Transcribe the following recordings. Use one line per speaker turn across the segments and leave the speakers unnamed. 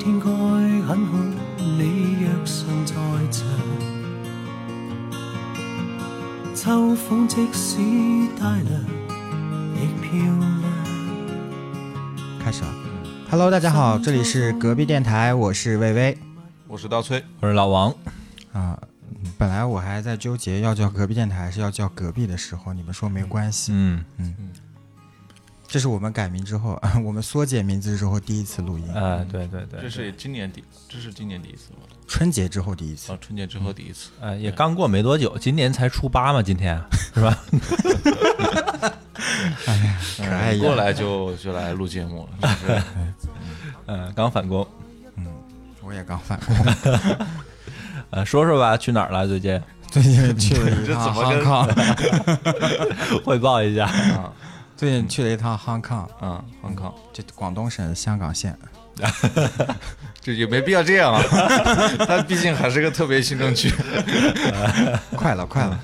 天该很好，你若尚在場。秋風即使帶涼，亦漂亮。
开始了。Hello，大家
嗯
好，这里是隔壁电台，我是薇薇
我是刀崔，
我是老王，
啊。本来我还在纠结要叫隔壁电台还是要叫隔壁的时候，你们说没关系。
嗯，
这是我们改名之后， 我们缩减名字之后第一次录音，
嗯
呃，对对对，
这是今年第，这是今年第一次吗？
春节之后第一次
啊，。春节之后第一次。
呃也刚过没多久，今年才初八嘛，今天是吧？
可爱哎呀
嗯过来就就来录节目了，是不是
嗯、刚返工，
我也刚返工，
呃，说说吧，去哪儿了？最近
最近去了一
这
趟
怎么跟
Hong Kong，
汇报一下，
最近去了一趟 Hong Kong，
啊，很康，
这广东省香港县。
这也没必要这 样啊。他毕竟还是个特别行政区，
快了，快了。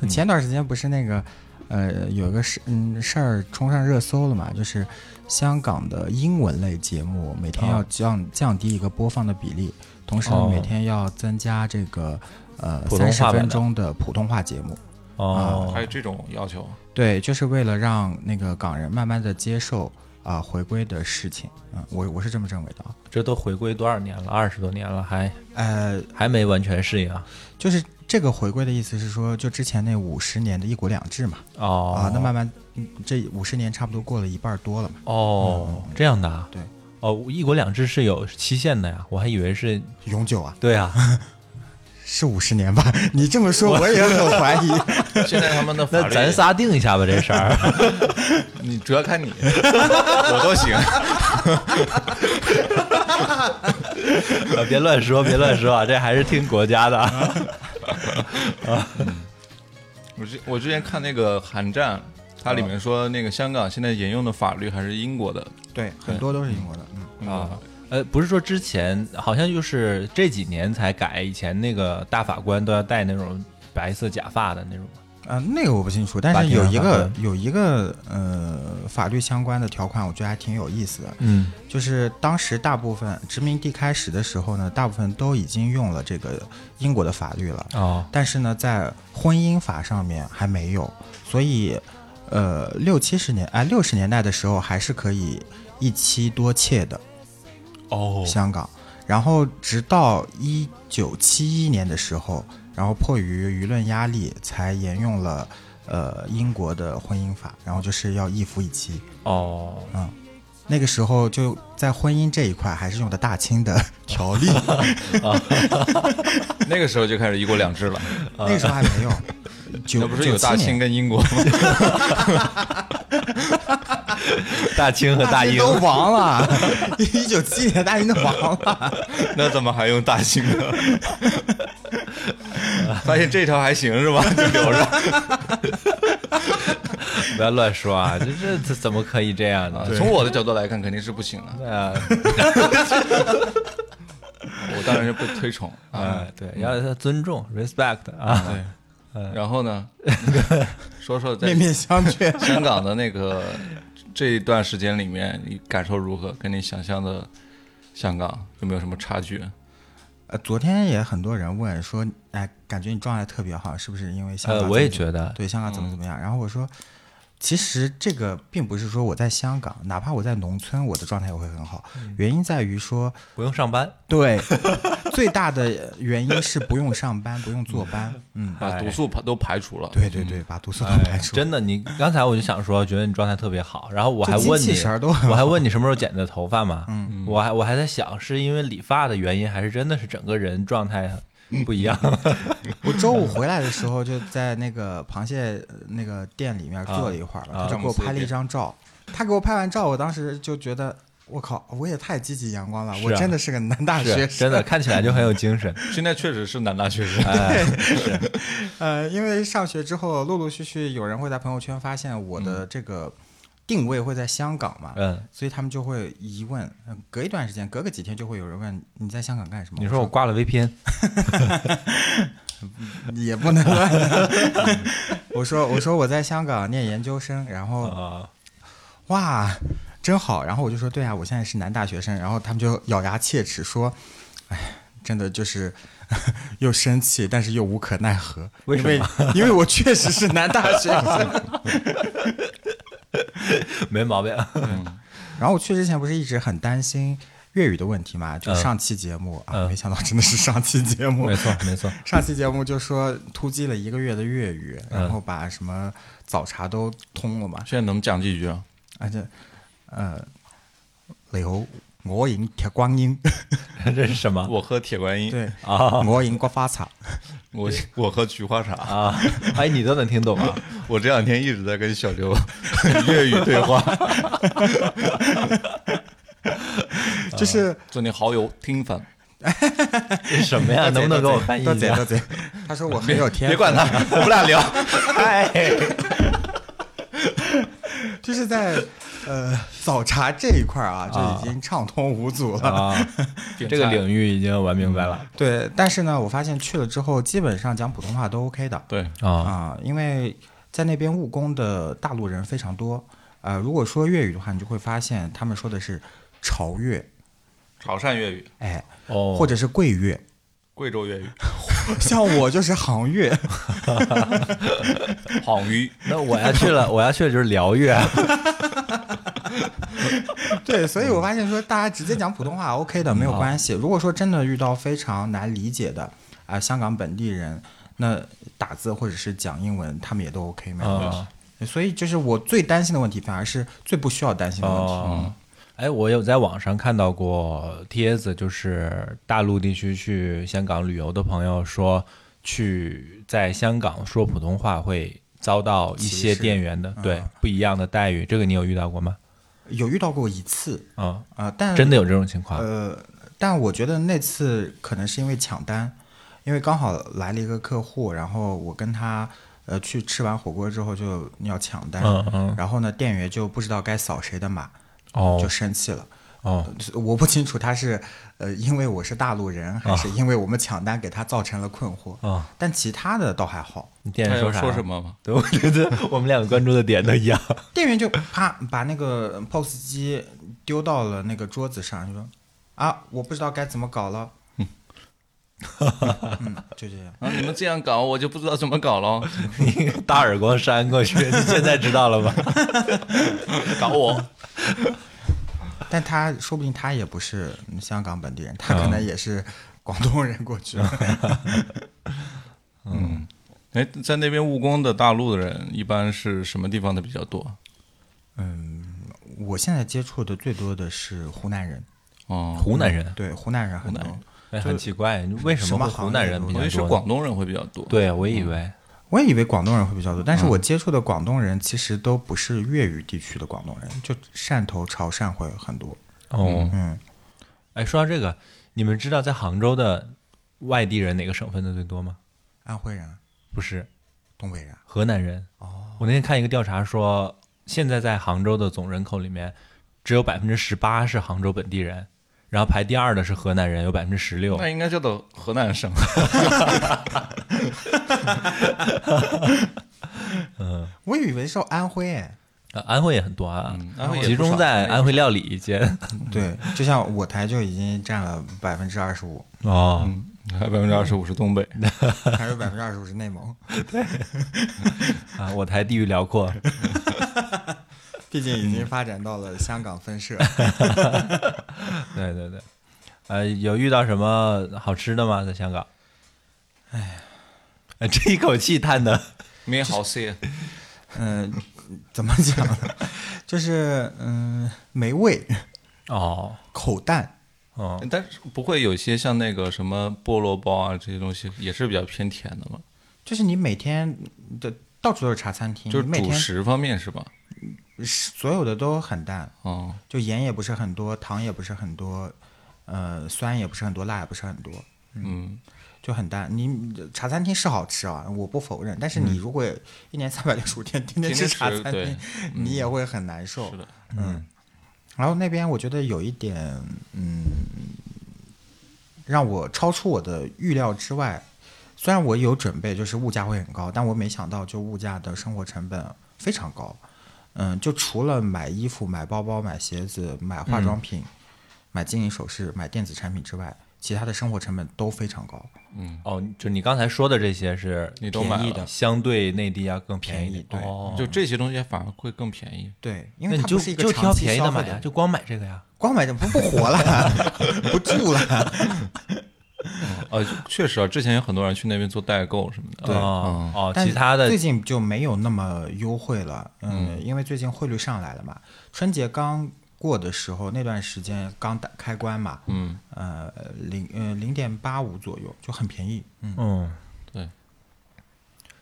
嗯
前段时间不是那个，呃，有一个事，嗯，事儿冲上热搜了嘛，就是香港的英文类节目每天要降、降低一个播放的比例，同时呢
哦
每天要增加这个呃
普通
三十
话版
分
的
钟的普通话节目。
哦
还，有这种要求，啊
对，就是为了让那个港人慢慢的接受啊、回归的事情。嗯、我我是这么认为的啊。
这都回归多少年了？二十多年了，还
呃，
还没完全适应啊？
就是这个回归的意思是说，就之前那五十年的一国两制嘛，
哦，
啊，那慢慢嗯这五十年差不多过了一半儿多了嘛。
哦，这样的啊？
对，
哦，一国两制是有期限的呀，我还以为是
永久啊，
对啊，
是五十年吧？ 你这么说，我也很怀疑。
现在他们 的法
那
律，
咱仨定一下吧，这事儿。
你主要看 你，我都行。
呃别乱说，别乱说啊，这还是听国家的啊。
我之我之前看那个韩战，它里面说那个香港现在沿用的法律还是英国的
对，很多都是英国的。嗯，
啊，
呃，不是说之前好像就是这几年才改，以前那个大法官都要戴那种白色假发的那种。
啊，那个我不清楚，但
法
是
庭
有一
上
个
对
有一个呃法律相关的条款，我觉得还挺有意思的。
嗯，
就是当时大部分殖民地开始的时候呢，大部分都已经用了这个英国的法律了，
哦，
但是呢，在婚姻法上面还没有，所以呃六七十年哎六十年代的时候还是可以一妻多妾的。
哦
香港，然后直到一九七一年的时候，然后迫于舆论压力，才沿用了呃英国的婚姻法，然后就是要一夫一妻。
哦，
那个时候就在婚姻这一块还是用的大清的 条 例，
那个时候就开始一国两制了，
那个时候还 没有。
那
九
不是有大清
清
跟英国吗？
大清和大英
都亡 了，一九七年大英都亡了。
那怎么还用大兴呢？发现这条还行是吧？ 就留着。
不要乱说啊！这这这怎么可以这样呢？
从我的角度来看，肯定是不行的。
呃
我当然是不推崇 啊。
呃，对，要尊重 respect
嗯
啊。
然后 呢，说说在
面面相觑，
香港的那个这一段时间里面，你感受如何？跟你想象的香港有没有什么差距？
呃，昨天也很多人问说，哎，感觉你状态特别好，是不是因为香港
呃，
怎么怎么样？
我也觉得，嗯
对香港怎么怎么样。然后我说，其实这个并不是说我在香港，哪怕我在农村，我的状态也会很好。
嗯
原因在于说，
不用上班，
对，最大的原因是不用上班，不用坐 班。嗯，
把毒素排都排除了。
对对对，把毒素都
哎
排除。
真的，你刚才我就想说，觉得你状态特别好，然后我
就
还
精
问
气
你
神儿都很，
我还问你什么时候剪的头发嘛？嗯，我还我还在想，是因为理发的原因，还是真的是整个人状态不一样？
我周五回来的时候就在那个螃蟹呃那个店里面坐了一会儿
啊
嘛，他就给我
詹姆斯
拍了一
店
张照。他给我拍完照，我当时就觉得。我靠！我也太积极阳光了，
是
我
啊
真的是个男大学
是啊
生，
真的看起来就很有精 神。
现在确实是南大学生，
哎，
呃，因为上学之后，陆陆续续有人会在朋友圈发现我的这个定位会在香港嘛，
嗯，
所以他们就会疑问，呃隔一段时间，隔个几天就会有人问你在香港干什么？
你说我挂了 VPN，
说也不能乱， 我说我说我在香港念研究生，然后
啊，
哇，真好。然后我就说对啊，我现在是男大学生。然后他们就咬牙切齿说，哎，真的就是 又生气，但是又无可奈何，
为什
因为因为我确实是男大学生。
没毛病。
然后我去之前不是一直很担心粤语的问题嘛，就上期节目、啊，
嗯
没想到真的是上期节目
没。错，没错。
上期节目就说突击了一个月的粤语，
嗯
然后把什么早茶都通了嘛，
现在能讲几句啊？
而且，呃，你好，我赢铁观音，
这是什么？
我喝铁观音，
对，
啊
我赢刮发茶，
我我喝菊花茶。
啊！哎，你都能听懂 啊？
我这两天一直在跟小刘 粤语对话。
就是
祝你好友听 粉，
这是什么呀？能不能给我翻译
多
一
贼多
下？
贼， 他说我很有天
别
赋，
管他，我们俩聊。
哎，
就是在呃早茶这一块儿啊，
啊
就已经畅通无阻了。
啊，这个领域已经玩明白了
对，但是呢，我发现去了之后，基本上讲普通话都 OK 的。
对，
啊。
啊、因为在那边务工的大陆人非常多。呃，如果说粤语的话，你就会发现他们说的是潮粤，
潮汕粤语、
哎，
哦，
或者是桂粤。
贵州 粤语、
像我就是杭粤，
杭语，
那我要去了，我要去的就是啊辽越。
对，所以我发现说大家直接讲普通
嗯
话 OK 的没有关系。如果说真的遇到非常难理解的啊、香港本地人，那打字或者是讲英文，他们也都 OK 没有问题
啊。
所以就是我最担心的问题，反而是最不需要担心的问题。
哦，哎，我有在网上看到过帖子，就是大陆地区去香港旅游的朋友说，去在香港说普通话会遭到一些
歧视
店员的
嗯
对不一样的待遇，这个你有遇到过吗？
有遇到过一次
啊，
啊、呃
嗯
但
真的有这种情况？
呃，但我觉得那次可能是因为抢单，因为刚好来了一个客户，然后我跟他呃去吃完火锅之后就要抢单，
嗯嗯
然后呢店员就不知道该扫谁的码，
哦
就生气了。
哦，
我不清楚他是呃因为我是大陆人，还是因为我们抢单给他造成了困惑。
啊
但其他的倒还好，
你店
他
员
要
说啥？
说什？么吗？
对，我觉得我们两个关注的点都一样。
店员就啪把那个 POS 机丢到了那个桌子上，就说啊我不知道该怎么搞了。 嗯，就这样。
啊，你们这样搞，我就不知道怎么搞了，
你大耳光扇过去，你现在知道了吧？
搞我。
但他说不定他也不是嗯香港本地人，他可能也是广东人过去的。
哎，在那边务工的大陆的人，一般是什么地方的比较多？
我现在接触的最多的是湖南人，
哦，
湖南人，
对湖南人很多。
哎，很奇怪，为什
什
么
么
会湖南人比
我以为是
较多呢？
广东人会比较多。，
对，我以为
我也以为广东人会比较多，但
嗯
是我接触的广东人其实都不是粤语地区的广东人，就汕头、潮汕会很多。
哦，
嗯，
哎，说到这个，你们知道在杭州的外地人哪个省份的最多吗？
安徽人、
不是，
东北人，
河南人。哦，我那天看一个调查说，现在在杭州的总人口里面，只有百分之十八是杭州本地人，然后排第二的是河南人，有百分之十六。
那应该叫做河南省。
我以为是安徽哎。
呃安徽也很多啊，
嗯安徽也不
集中
少
在安徽料理界。
嗯
对，就像我台就已经占了百分之二十五，
哦，
嗯，还有百分之二十五是 东北。
还有百分之二十五是内 蒙，
啊，我台地域辽阔。
毕竟已经发展到了香港分社。
对对对，呃，有遇到什么好吃的吗？在香港？哎呀，这一口气叹 的，
没好吃，
嗯，怎么讲呢？就是嗯，没味，
哦
口淡。啊
哦，
但是不会有些像那个什么菠萝包啊这些东西，也是比较偏甜的嘛。
就是你每天的到处都是茶餐厅，
就是
你嗯每
主
天
食方面是吧？
所有的都很淡，
哦，
就盐也不是很多，糖也不是很多，呃，酸也不是很多，辣也不是很多，
嗯，
就很淡。你茶餐厅是好吃啊，我不否认，但
嗯
是你如果一年三百六十五天天
天
吃
天
茶
吃
餐
对嗯
厅，你也会很难受。
是的，
嗯，然后那边我觉得有一点，嗯，让我超出我的预料之外。虽然我有准备，就是物价会很高，但我没想到就物价的生活成本非常高。嗯，就除了买衣服、买包包、买鞋子、买化
嗯
妆品、买金银首饰、买电子产品之外，其他的生活成本都非常高，
哦，就你刚才说的这些是
你都买
便宜
了，
的。
相对内地要更便宜
便宜
一点
对
哦，
就这些东西反而会更便宜。
对，因为
那你
它
就
不是一个
就
长
挑
期
便宜
消
的
费
买
的
呀，
人，
就光买这个呀。
光买就不不活了， 不住了。
呃，确实啊，之前有很多人去那边做代购什么
哦
的。啊
对
哦哦，
嗯但
其他的
最近就没有那么优惠了，嗯，因为最近汇率上来了嘛，春节刚过的时候那段时间刚打开关嘛，
嗯，
呃零呃零点八五左右就很便宜，嗯，
嗯，
对。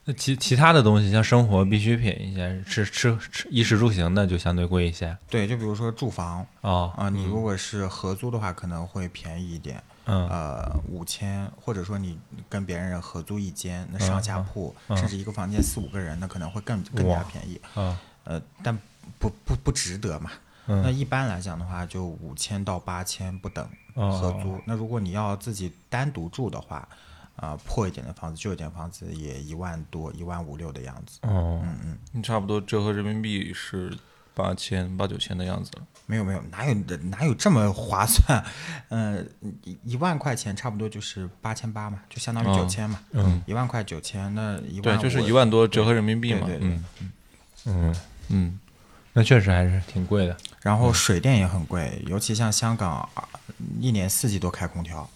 那其其他的东西，像生活必需品一些，吃吃吃衣食住行的就相对贵一些
对，就比如说住房
哦，
啊、你如果是合租的话，可能会便宜一点，
嗯
呃五千，或者说你跟别人合租一间，
嗯
那上下铺、甚至一个房间四五个人，那可能会更更加
哇
便宜，
啊
呃，但不不不值得嘛。那
嗯
一般来讲的话，就五千到八千不等
哦
合租。那如果你要自己单独住的话，啊、破一点的房子，旧一点房子也一万多、一万五六的样子。
哦，
你差不多折合人民币是八千八九千的样子了。
没有没有，哪有哪有这么划算？呃，一一万块钱差不多就是八千八嘛，就相当于
哦
九千嘛。嗯，一万块九千，那一万
对，就是
五
一。万多折合人民币嘛。
对对对
嗯嗯
那确实还是挺贵的。
然后水电也很贵，尤其像香港，啊一年四季都开空调，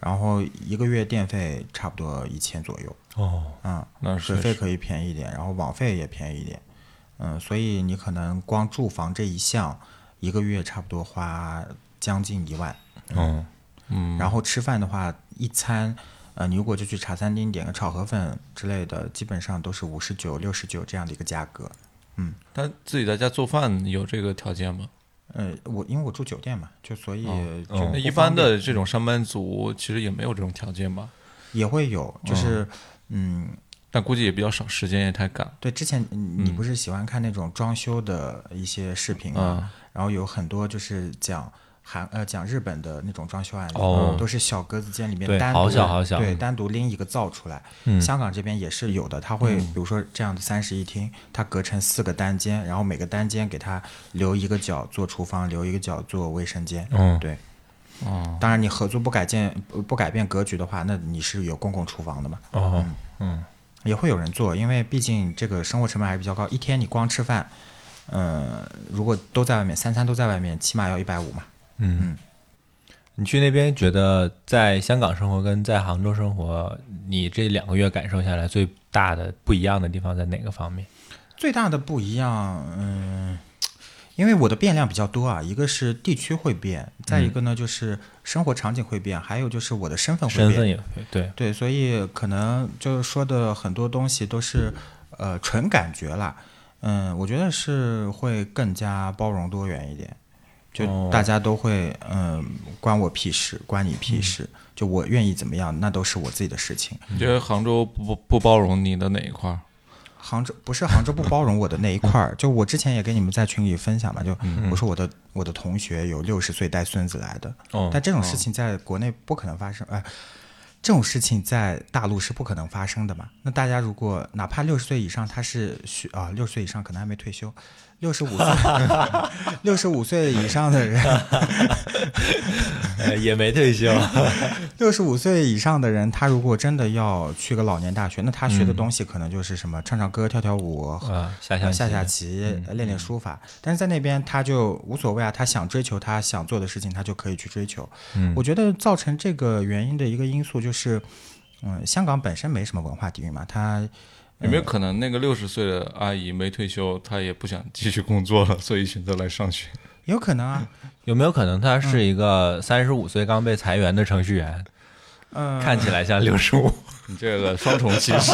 然后一个月电费差不多一千左右。
哦，
嗯，
那
水
是
费可以便宜一点，然后网费也便宜一点，嗯，所以你可能光住房这一项，一个月差不多花将近一万，
嗯，
嗯，
然后吃饭的话，一餐，呃，你如果就去茶餐厅点个炒河粉之类的，基本上都是五十九、六十九这样的一个价格。
他自己在家做饭有这个条件吗？
呃，我因为我住酒店嘛，就所以就
那
不
一
方
般
便
的这种上班族其实也没有这种条件吧，
也会有，就是嗯，
但估计也比较少，时间也太赶。
对，之前
嗯
你不是喜欢看那种装修的一些视频嘛？
嗯
啊
然后有很多就是讲韩呃讲日本的那种装修案例，
哦
都是小格子间里面
对
单独
好小好小
对，
嗯
单独拎一个灶出来。
嗯
香港这边也是有的，它会比如说这样的三室一厅，它隔成四个单间，然后每个单间给它留一个角做厨房，留一个角做卫生间。
嗯
对。
哦，
当然，你合租不改建不不改变格局的话，那你是有公共厨房的嘛？
哦，嗯，
也会有人做，因为毕竟这个生活成本还是比较高。一天你光吃饭，呃，如果都在外面，三餐都在外面，起码要一百五嘛。
你去那边觉得在香港生活跟在杭州生活，你这两个月感受下来最大的不一样的地方在哪个方面？
最大的不一样，嗯，因为我的变量比较多啊，一个是地区会变，再一个呢就是生活场景会变，还有就是我的身份会变。
身份也会对，
对，所以可能就是说的很多东西都是呃纯感觉啦。嗯，我觉得是会更加包容多元一点，就大家都会嗯、关我屁事，关你屁事，就我愿意怎么样，那都是我自己的事情。
你觉得杭州不不不包容你的哪一块儿？
杭州不是杭州不包容我的那一块儿，就我之前也跟你们在群里分享嘛，就
嗯
我说我的我的同学有六十岁带孙子来的，
哦
但这种事情在国内不可能发生，哎、这种事情在大陆是不可能发生的嘛。那大家如果哪怕六十岁以上，他是需啊六十岁以上可能还没退休，六十五岁 六十五岁以上的人，
呃也没退休，
六十五岁以上的人，他如果真的要去个老年大学，那他
嗯
学的东西可能就是什么唱唱歌、跳跳舞、
啊，下
呃
象
下
棋嗯
下棋、呃练练书法。但是在那边他就无所谓啊，他想追求他想做的事情，他就可以去追求。
嗯
我觉得造成这个原因的一个因素就是，嗯，香港本身没什么文化底蕴嘛，它
有没有可能那个六十岁的阿姨没退休，她也不想继续工作了，所以选择来上学？
有可能 啊，
有没有可能他是一个三十五岁刚被裁员的程序员？
嗯、
看起来像六 十五。
你这个双重歧 视，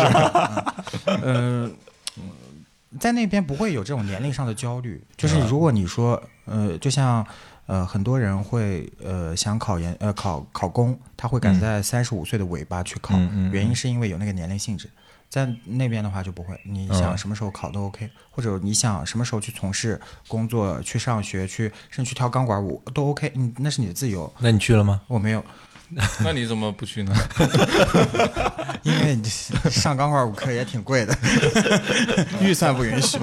呃，在那边不会有这种年龄上的焦虑，就是
啊
如果你说，呃，就像呃很多人会呃想考研呃考考公，他会赶在三十五岁的尾巴去考，
嗯嗯嗯
原因是因为有那个年龄性质。在那边的话就不会，你
嗯
想什么时候考都 OK，、或者你想什么时候去从事工作、去上学、去甚至去跳钢管舞都 OK，嗯，那是你的自由。
那你去了吗？
我没有，
那你怎么不去呢？
因为你 上钢管舞课也挺贵的， 预算不允许，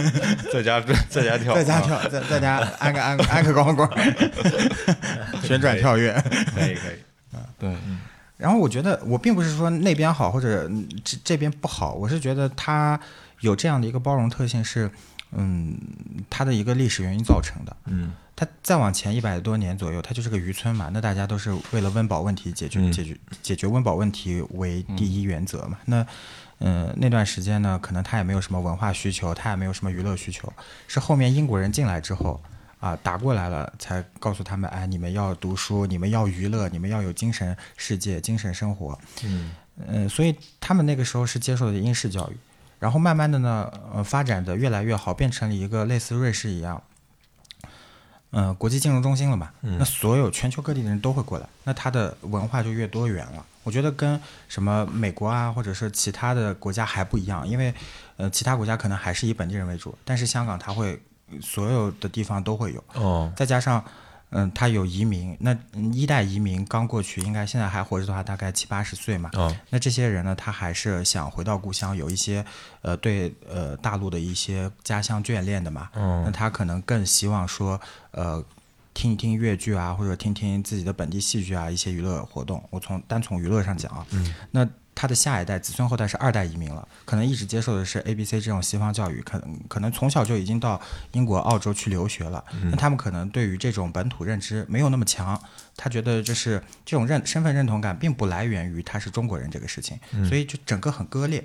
在家在家跳，
在家
啊
跳，在在家安个安安个钢 管，旋转跳跃。嗯
可以 可以，嗯
对，
然后我觉得我并不是说那边好或者嗯这这边不好，我是觉得它有这样的一个包容特性是，嗯，它的一个历史原因造成的。
嗯，
它再往前一百多年左右，它就是个渔村嘛，那大家都是为了温饱问题解决、
嗯
解决解决温饱问题为第一原则嘛。那嗯、呃那段时间呢，可能他也没有什么文化需求，他也没有什么娱乐需求，是后面英国人进来之后。啊，打过来了，才告诉他们，哎，你们要读书，你们要娱乐，你们要有精神世界、精神生活。
嗯，
嗯，所以他们那个时候是接受的英式教育，然后慢慢的呢，呃，发展的越来越好，变成了一个类似瑞士一样，呃，国际金融中心了嘛。那所有全球各地的人都会过来，那它的文化就越多元了。我觉得跟什么美国啊，或者是其他的国家还不一样，因为呃，其他国家可能还是以本地人为主，但是香港它会所有的地方都会有。
哦，
再加上，嗯，他有移民，那嗯一代移民刚过去，应该现在还活着的话，大概七八十岁嘛。
哦，
那这些人呢，他还是想回到故乡，有一些呃对呃大陆的一些家乡眷恋的嘛。
哦
那他可能更希望说，呃，听一听粤剧啊，或者听听自己的本地戏剧啊，一些娱乐活动。我从单从娱乐上讲啊，嗯，那他的下一代子孙后代是二代移民了，可能一直接受的是 A、B、C 这种西方教育，可能可能从小就已经到英国、澳洲去留学了。那他们可能对于这种本土认知没有那么强，他觉得就是这种认身份认同感并不来源于他是中国人这个事情，所以就整个很割裂，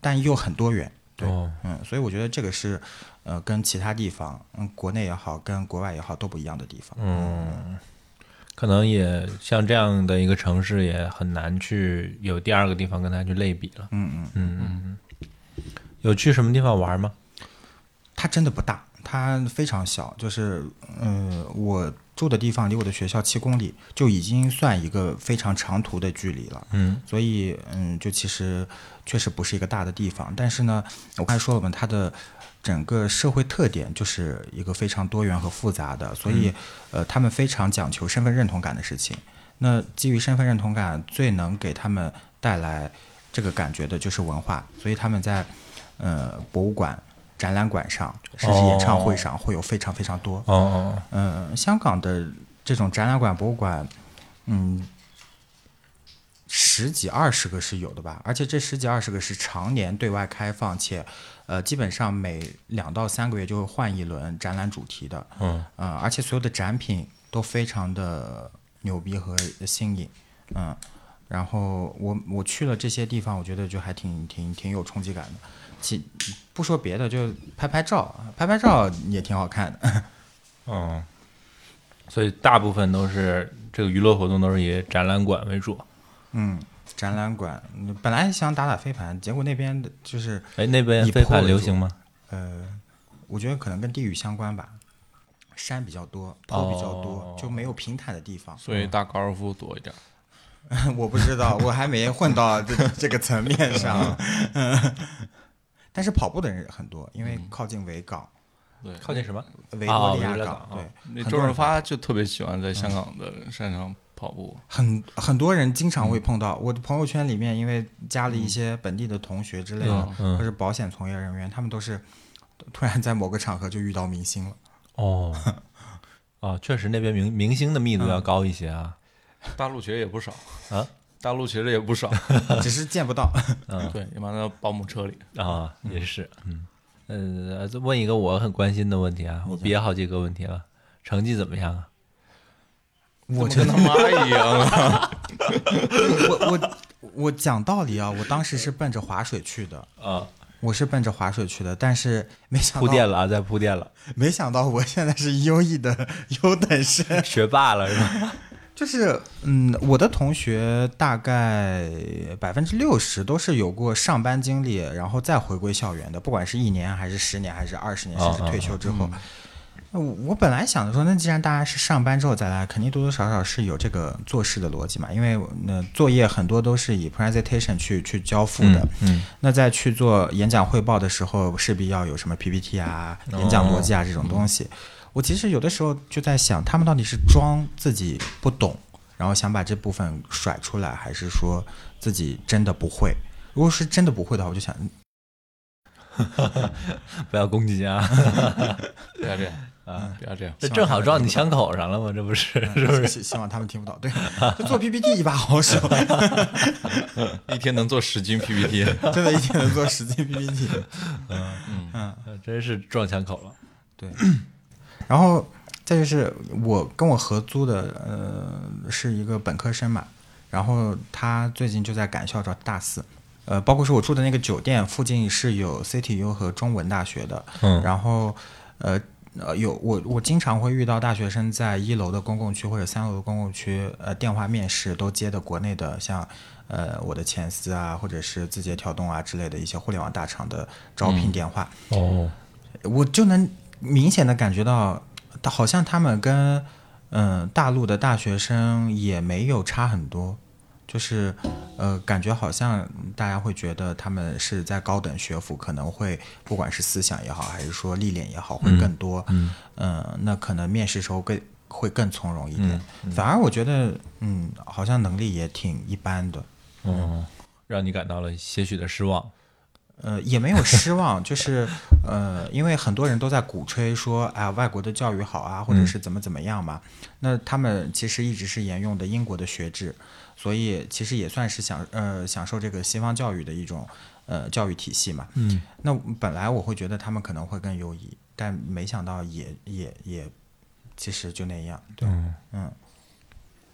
但又很多元。对，
哦
嗯，所以我觉得这个是，呃，跟其他地方，嗯，国内也好，跟国外也好，都不一样的地方。
可能也像这样的一个城市，也很难去有第二个地方跟它去类比了。嗯
嗯嗯，
有去什么地方玩吗？
它真的不大，它非常小，就是，呃，我住的地方离我的学校七公里，就已经算一个非常长途的距离了。
嗯，
所以，嗯，就其实确实不是一个大的地方，但是呢，我刚才说了嘛，它的整个社会特点就是一个非常多元和复杂的，所以，呃，他们非常讲求身份认同感的事情。那基于身份认同感，最能给他们带来这个感觉的就是文化，所以他们在呃博物馆、展览馆上，甚至演唱会上，会有非常非常多。
哦哦，
嗯，香港的这种展览馆、博物馆，嗯，十几二十个是有的吧，而且这十几二十个是常年对外开放，且呃，基本上每两到三个月就会换一轮展览主题的，
嗯，
呃，而且所有的展品都非常的牛逼和新颖，嗯。然后我我去了这些地方，我觉得就还挺挺挺有冲击感的。其不说别的，就拍拍照，拍拍照也挺好看的。
哦，所以大部分都是这个娱乐活动都是以展览馆为主。
嗯，展览馆嗯本来想打打飞盘，结果那边的就是
哎，那边
以
飞
破为
盘流
主
行吗？
呃，我觉得可能跟地域相关吧，山比较多，坡比较多，
哦
就没有平坦的地方。
所以打高尔夫多一点。
我不知 道，我还没混到这这个层面上。 但是跑步的人很多，因为靠近维港、
对，
靠近什么？
维
哦
多利亚
维多利亚
港，
港
对，
那
很
周
多
润
人
发就特别喜欢在香港的山上跑步，
很很多人经常会碰到。
嗯
我的朋友圈里面，因为加了一些本地的同学之类的，
嗯嗯
或者保险从业人员，他们都是突然在某个场合就遇到明星了。
哦，哦，确实那边明明星的密度
嗯
要高一些啊。
大陆其实也不少
啊，
大陆其实也不少。
只是见不到。
对，你妈在保姆车里，
啊，也是，嗯，呃，再问一个我很关心的问题啊，我憋好几个问题了，成绩怎么样啊？
我
跟
真的，
他妈一样啊！
我我我讲道理啊，我当时是奔着划水去的，
啊，
我是奔着划水去的，但是没想
铺垫
到，
了啊，在铺垫了，
没想到我现在是优异的优等生。
学霸了是吧？
就是，嗯，我的同学大概百分之六十都是有过上班经历，然后再回归校园的，不管是一年还是十年还是二十年，甚至
啊
退休之
嗯
后。那呃我我本来想着说，那既然大家是上班之后再来，肯定多多少少是有这个做事的逻辑嘛，因为那作业很多都是以 presentation 去去交付的。
嗯，
那在去做演讲汇报的时候，势必要有什么 PPT 啊、
哦嗯
演讲逻辑啊这种东西。我其实有的时候就在想，他们到底是装自己不懂，然后想把这部分甩出来，还是说自己真的不会？如果是真的不会的话，我就想，嗯
不要攻击啊！
不要这样啊，不要这样。
这正好撞你枪口上了嘛，这不 是
嗯
是不是？
希希望他们听不到，对，就做 PPT 一把好手，
一天能做十斤 PPT，
真的一天能做十斤 PPT，
嗯嗯，真是撞枪口了。
对，然后再就是我跟我合租的，呃，是一个本科生嘛，然后他最近就在赶校招大四，呃，包括说我住的那个酒店附近是有 CTU 和中文大学的，
嗯
然后呃呃有我我经常会遇到大学生在一楼的公共区或者三楼的公共区，呃电话面试都接的国内的像呃我的前司啊，或者是字节跳动啊之类的一些互联网大厂的招聘电话，
哦，
我就能明显的感觉到，好像他们跟嗯、呃大陆的大学生也没有差很多，就是呃感觉好像大家会觉得他们是在高等学府，可能会不管是思想也好，还是说历练也好，会更多，嗯，嗯呃、那可能面试时候更会更从容一点，反而我觉得嗯好像能力也挺一般的，
嗯，让你感到了些许的失望。
呃，也没有失望，就是呃，因为很多人都在鼓吹说，啊、外国的教育好啊，或者是怎么怎么样嘛。那他们其实一直是沿用的英国的学制，所以其实也算是享呃享受这个西方教育的一种呃教育体系嘛。
嗯，
那本来我会觉得他们可能会更优异，但没想到也也也，其实就那样。对，
嗯
嗯。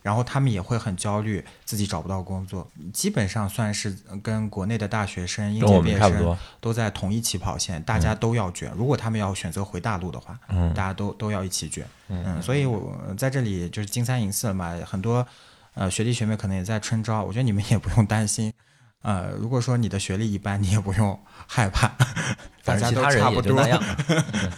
然后他们也会很焦虑，自己找不到工作，基本上算是跟国内的大学生、应
跟
届
我
毕
们
业
差不
生
多。
都在同一起跑线，大家都要卷。如果他们要选择回大陆的话，
嗯
大家都都要一起卷。嗯，所以我在这里就是金三银四了嘛，很多呃学弟学妹可能也在春招，我觉得你们也不用担心。呃，如果说你的学历一般，你也不用害怕，大
反
家
正其
都
他
差
人
不
也就
多
那。样。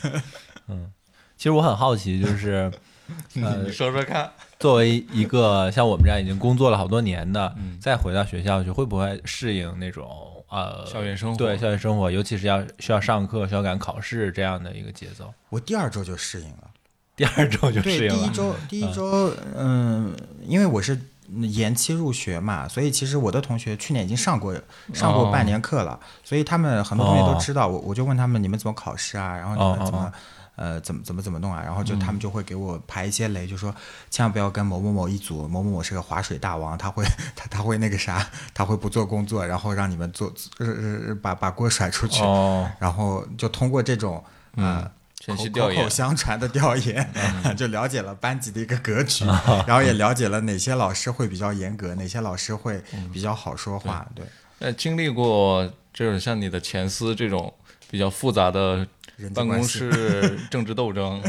嗯，其实我很好奇，就是
你说说看，
作为一个像我们这样已经工作了好多年的，
嗯
再回到学校去，会不会适应那种呃
校园生活
对校园生活，尤其是要需要上课、需要赶考试这样的一个节奏。
我第二周就适应了。
第二周就适
对，
应
第一
了。
周，第一周，嗯，因为我是延期入学嘛，所以其实我的同学去年已经上过上过
哦
半年课了，所以他们很多同学都知道。我我就问他们你们怎么考试啊？然后你
哦嗯
们怎么、呃怎么怎么怎么弄啊？然后就他们就会给我排一些雷，就说千万不要跟某某某一组，某某某是个划水大王，他会他他会那个啥，他会不做工作，然后让你们做呃把把锅甩出去，
哦，
然后就通过这种呃。
前期
口
嗯调
口
研嗯
口，相传的调研， 就了解了班级的一个格局，然后也了解了哪些老师会比较严格，哪些老师会
嗯
比较好说话。对，
那呃经历过这种像你的前司这种比较复杂的
人际
办公
关系
室政治斗 争，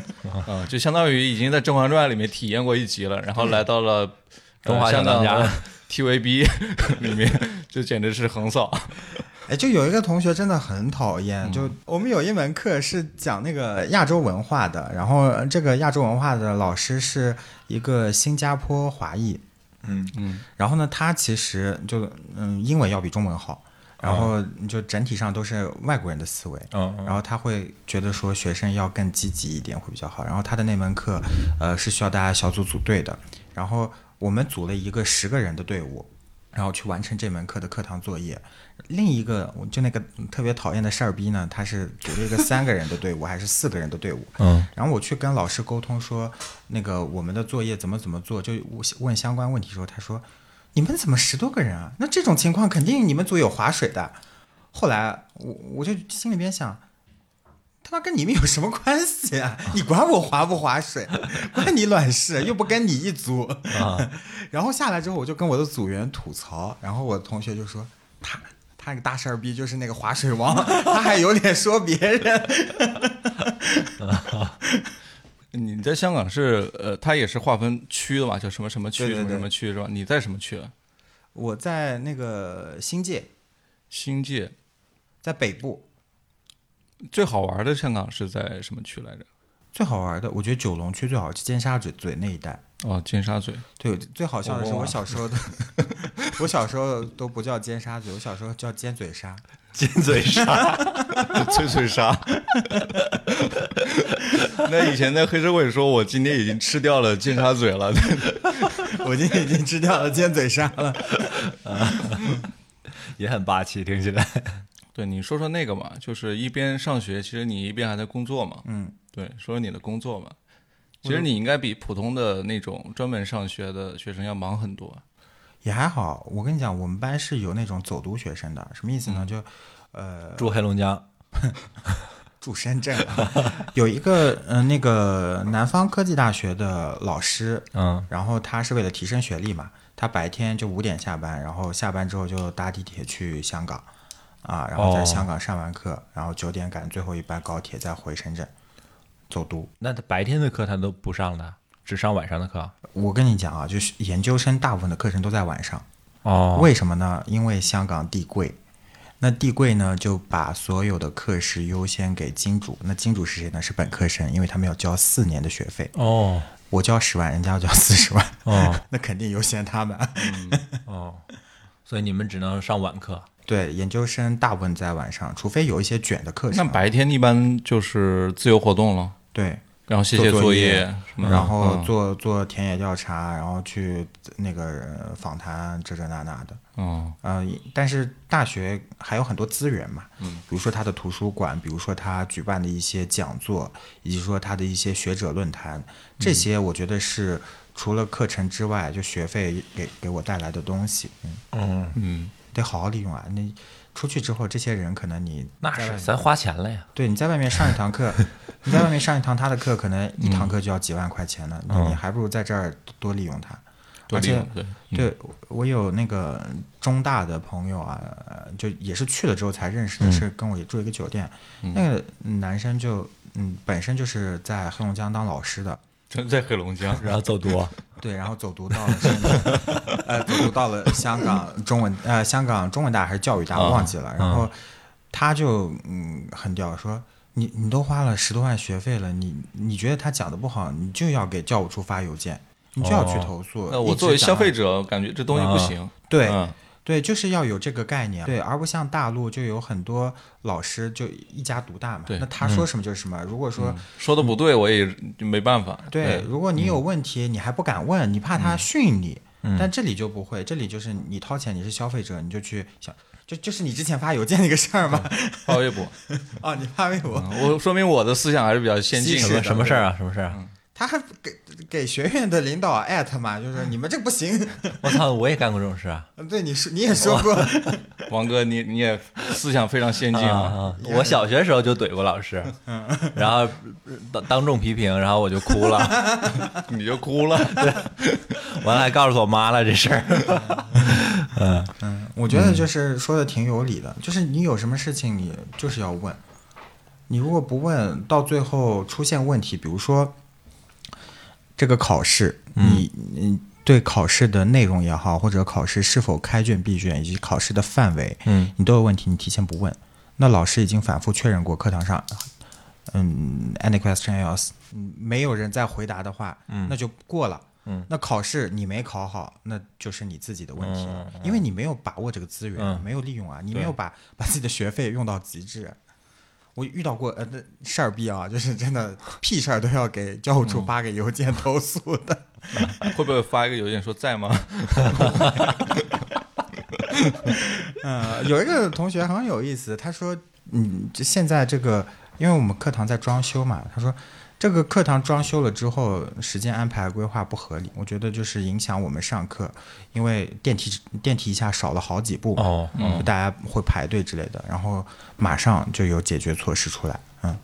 啊，就相当于已经在《甄嬛传》里面体验过一集了，然后来到了呃
中华小
香港
当家
的 TVB 里面，就简直是横扫。
哎，就有一个同学真的很讨厌，就
嗯
我们有一门课是讲那个亚洲文化的，然后这个亚洲文化的老师是一个新加坡华裔，
嗯
嗯，
然后呢，他其实就嗯英文要比中文好，然
哦
后就整体上都是外国人的思维，
嗯嗯
然后他会觉得说学生要更积极一点会比较好。然后他的那门课，呃，是需要大家小组组队的。然后我们组了一个十个人的队伍，然后去完成这门课的课堂作业。另一个，我就那个特别讨厌的事儿逼呢，他是组了一个三个人的队伍 还是四个人的队伍？
嗯，
然后我去跟老师沟通说，那个我们的作业怎么怎么做，就问相关问题的时候，他说：“你们怎么十多个人啊？那这种情况肯定你们组有划水的。”后来我我就心里边想，他妈跟你们有什么关系啊？ 你管我划不划水，关你卵事，又不跟你一组。
啊
然后下来之后，我就跟我的组员吐槽，然后我的同学就说他。他那个大事儿逼就是那个划水王， 他还有脸说别人。
你在香港是呃，它也是划分区的嘛，叫什么什么区
对对
什么
对
什么区是吧？你在什么区啊？
我在那个新界，
新界
在北部
最好玩的香港是在什么区来着？
最好玩的，我觉得九龙区最好玩，尖沙咀嘴那一带。
哦，尖沙咀。
对，最好笑的是
我忘
我
了
小时候的， 我小时候都不叫尖沙咀，我小时候叫尖嘴鲨。
尖嘴鲨，
脆脆 鲨。那以前在黑社会说，我今天已经吃掉了金沙嘴了，
我今天已经吃掉了尖嘴鲨了。
也很霸气，听起来。
对，你说说那个嘛，就是一边上学，其实你一边还在工作嘛。
嗯，
对，说说你的工作嘛。其实你应该比普通的那种专门上学的学生要忙很多。
也还好。我跟你讲，我们班是有那种走读学生的，什么意思呢？就呃，
住黑龙江，
住深圳啊 有一个嗯、呃那个南方科技大学的老师，
嗯，
然后他是为了提升学历嘛，他白天就五点下班，然后下班之后就搭地铁去香港，啊，然后在
哦
香港上完课，然后九点赶最后一班高铁再回深圳，走读。
那他白天的课他都不上的，只上晚上的课。
我跟你讲啊，就是研究生大部分的课程都在晚上，
哦
为什么呢？因为香港地贵，那地贵呢就把所有的课时优先给金主。那金主是谁呢？是本科生，因为他们要交四年的学费。
哦
我交十万，人家要交四十万，
哦
那肯定优先他们。
哦，所以你们只能上晚课。
对，研究生大部分在晚上，除非有一些卷的课
那
程。
白天一般就是自由活动了，
对，
然后写写
做作业
业什么的，
然后
嗯
做做田野调查，然后去那个呃访谈这这那那的。
嗯
呃，但是大学还有很多资源嘛，嗯，比如说它的图书馆，比如说它举办的一些讲座，以及说它的一些学者论坛，这些我觉得是除了课程之外，就学费给给我带来的东西，嗯，
嗯，
嗯，
得好好利用啊。你出去之后，这些人可能你
那是咱花钱了呀。
对你在外面上一堂课，你在外面上一堂他的课，可能一堂课就要几万块钱呢，你还不如在这儿多利用它，
多
而
利
且
用对。
对，我我有那个中大的朋友啊，呃就也是去了之后才认
嗯
识的，是跟我也住一个酒店。那个男生就嗯，本身就是在黑龙江当老师的，
真在黑龙江，
然后啊走读，
对，然后走读到了深圳，呃，走读到了香港中文呃香港中文大还是教育大，我忘记了。
啊
然后他就嗯很屌说。你你都花了十多万学费了，你你觉得他讲的不好，你就要给教务处发邮件，你就要去
哦
投诉。
那我
一直
作为
讲
消
到
费者，感觉这东西不
啊
行。
对，
嗯
对，就是要有这个概念，对，而不像大陆就有很多老师就一家独大嘛，
对
那他说什么就是什么。如果说、
说的不对，我也没办法。
嗯
呃
对，嗯如果你有问题，你还不敢问，你怕他训你，但这里就不会，这里就是你掏钱，你是消费者，你就去想，就就是你之前发邮件那个事儿嘛，
发微博，
哦，你发微博，
嗯我说明我的思想还 是比嗯较先进
西式
什
的
么什么事儿啊？什么事儿啊？
他还给给学院的领导艾特嘛，就是你们这不行，
我操，我也干过这种事啊！
对，你说你也说过，
王哥，你你也思想非常先进
啊
啊。
啊！我小学时候就怼过老师，
嗯
然后呃当当众批评，然后我就哭了，
啊
你就哭了。
完了还告诉我妈了这事儿。
嗯，我觉得就是说的挺有理的，就是你有什么事情你就是要问，你如果不问，到最后出现问题，比如说这个考试，你你对考试的内容也好，或者考试是否开卷闭卷以及考试的范围，
嗯，
你都有问题，你提前不问，那老师已经反复确认过课堂上，嗯，any question else，嗯没有人再回答的话，那就过了。
嗯，
那考试你没考好，那就是你自己的问题了，因为你没有把握这个资源，
嗯
没有利用啊，你没
对
有把把自己的学费用到极致。我遇到过呃那事儿逼啊，就是真的屁事儿都要给教务
嗯
处发个邮件投诉的。
会不会发一个邮件说在吗？
呃，有一个同学很有意思，他说，嗯，这现在这个，因为我们课堂在装修嘛，他说这个课堂装修了之后，时间安排规划不合理，我觉得就是影响我们上课，因为电梯电梯一下少了好几步嘛，
哦
就大家会排队之类的，然后马上就有解决措施出来，嗯。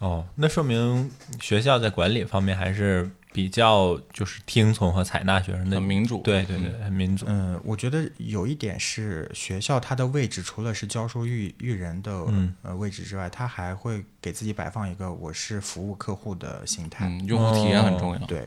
哦，那说明学校在管理方面还是比较就是听从和采纳学生的
很。民主。
对对对，很民主。
嗯，我觉得有一点是学校它的位置，除了是教书育育人的、
嗯
呃位置之外，它还会给自己摆放一个我是服务客户的心态。
嗯，用户体验很重要。
对，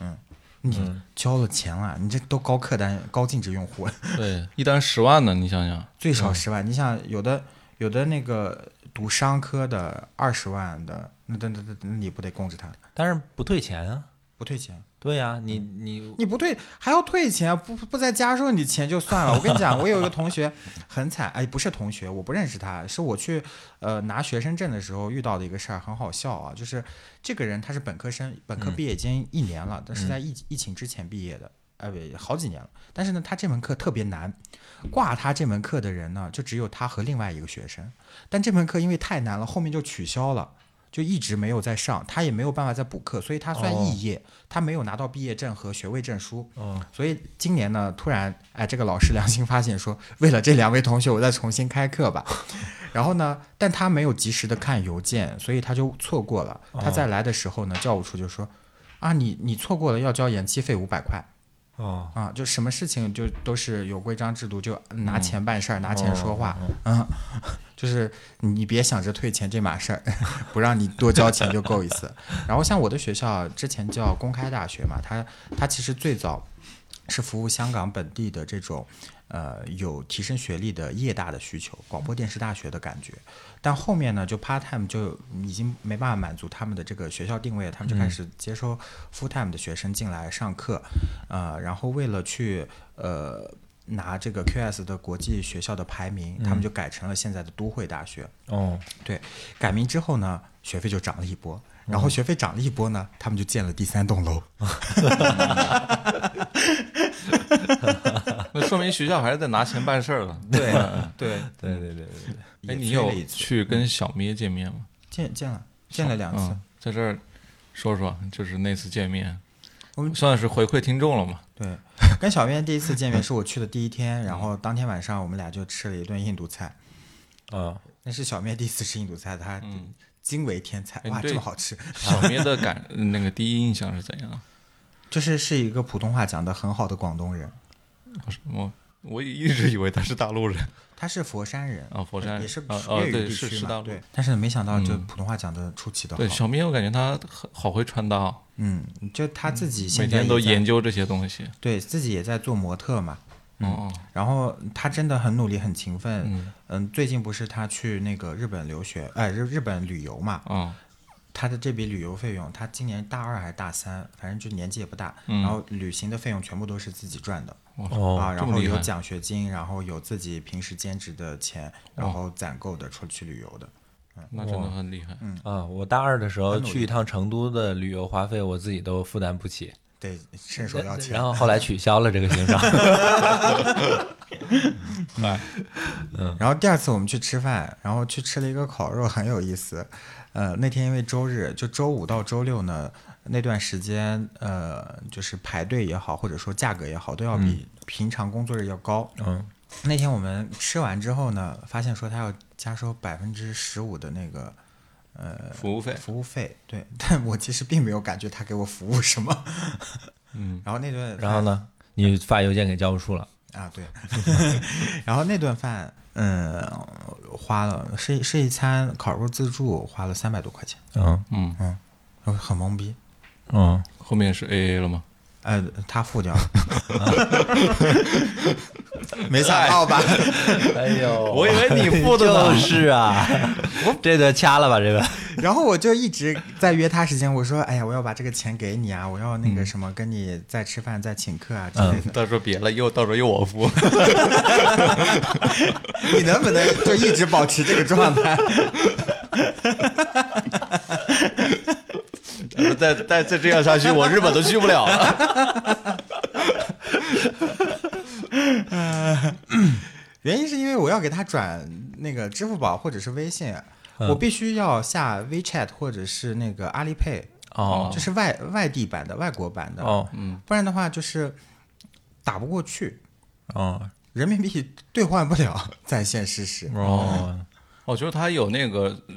嗯，你交了钱了，你这都高客单、高净值用户，
对，一单十万呢，你想想，
最少十万。你想，有的有的那个读商科的二十万的，那那那那你不得供着他，
但是不退钱啊。
不退钱？
对呀、你
嗯
你
嗯
你不退还要退钱，不不再加收你钱就算了。我跟你讲，我有一个同学很惨，哎，不是同学，我不认识他，是我去呃拿学生证的时候遇到的一个事儿，很好笑啊。就是这个人他是本科生，本科毕业已经一年了，但是在疫疫情之前毕业的，呃，不好几年了。但是呢，他这门课特别难，挂他这门课的人呢，就只有他和另外一个学生。但这门课因为太难了，后面就取消了，就一直没有再上，他也没有办法再补课，所以他算肄业，他没有拿到毕业证和学位证书。
哦，
所以今年呢，突然哎，这个老师良心发现说，为了这两位同学，我再重新开课吧。 然后呢，但他没有及时的看邮件，所以他就错过了。他再来的时候呢，教务处就说，啊，你你错过了要交延期费五百块。
哦，
啊，就什么事情就都是有规章制度，就拿钱办事儿，拿钱说话，嗯，就是你别想着退钱这码事儿， 不让你多交钱就够意思。然后像我的学校之前叫公开大学嘛，它它其实最早是服务香港本地的这种呃有提升学历的业大的需求，广播电视大学的感觉。但后面呢，就 part time 就已经没办法满足他们的这个学校定位，他们就开始接收 full time 的学生进来上课，呃，然后为了去呃拿这个 QS 的国际学校的排名，他们就改成了现在的都会大学。
哦，
对，改名之后呢，学费就涨了一波，然后学费涨了一波呢，他们就建了第三栋楼。
那说明学校还是在拿钱办事儿了。
对 对，
对对对对
哎，
也
你
飞
有
了一次
去跟小咩见面吗？
见见了见了两次
嗯，，在这儿说说，就是那次见面，
我们
算是回馈听众了嘛？
对， 跟小燕第一次见面是我去的第一天，然后当天晚上我们俩就吃了一顿印度菜，
对，啊，
那是小面第一次吃印度菜，她
嗯
惊为天才，
哎
哇，
对
这么好吃！
小咩的感那个第一印象是怎样？
就是是一个普通话讲得很好的广东人，
我是我我一直以为他是大 陆人
他是佛山人，
啊，佛山人
也是
啊啊，
粤语
对，
地
是
区
是
嘛，
大陆
对。但是没想到就
嗯
普通话讲得出奇的好，
对，小咩我感觉他很好会穿搭哦，
嗯，就他自己
嗯每
现在
天都
也在
研究这些东西。
对自己也在嗯做模特嘛，
哦，
然后他真的很努力，很勤奋。
嗯
嗯最近不是他去那个日本留学，哎，日日本旅游嘛，
哦，
他的这笔旅游费用，他今年大二还是大三，反正就年纪也不大，
嗯
然后旅行的费用全部都是自己赚的。啊，
哦，
然
这么
后
厉害
有奖学金，然后有自己平时兼职的钱，
哦
然后攒够的出去旅游的。嗯
那真的很厉害。
啊，我大二的时候
很努力
去一趟成都的旅游花费，我自己都负担不起，
对，伸手要钱
然。后后来取消了这个行程。
然后第二次我们去吃饭，然后去吃了一个烤肉，很有意思。呃，那天因为周日，就周五到周六呢，那段时间，呃，就是排队也好，或者说价格也好，都要
嗯
比平常工作日要高。
嗯，
那天我们吃完之后呢，发现说他要加收百分之十五的那个呃
服务费
服务费，对，但我其实并没有感觉他给我服务什么。
嗯，
然后那顿，
然后？呢，你发邮件给教务处了，
啊，对。 然后那顿饭，嗯，花了是是一餐烤肉自助，花了三百多块钱，
嗯
嗯，
然后很懵逼。
嗯，
后面是 A A 了吗？
呃，他付掉了， 没想到吧？
哎呦，
我以为你付的
就
呢。
是啊，这个掐了吧，这个
然后我就一直在约他时间，我说：“哎呀，我要把这个钱给你啊，我要那个什么，跟你再吃饭、再请客啊之类的。
到时候别了，又到时候又我付。
你能不能就一直保持这个状态？
再再再这样下去，我日本都去不了 了。
原因是因为我要给他转那个支付宝或者是微信，
嗯
我必须要下 WeChat 或者是那个阿里 Pay，
哦
就是外外地版的、外国版的，嗯
哦
不然的话就是打不过去，
哦
人民币兑换不了 在线实时。
嗯
哦
我觉得他有那个，呃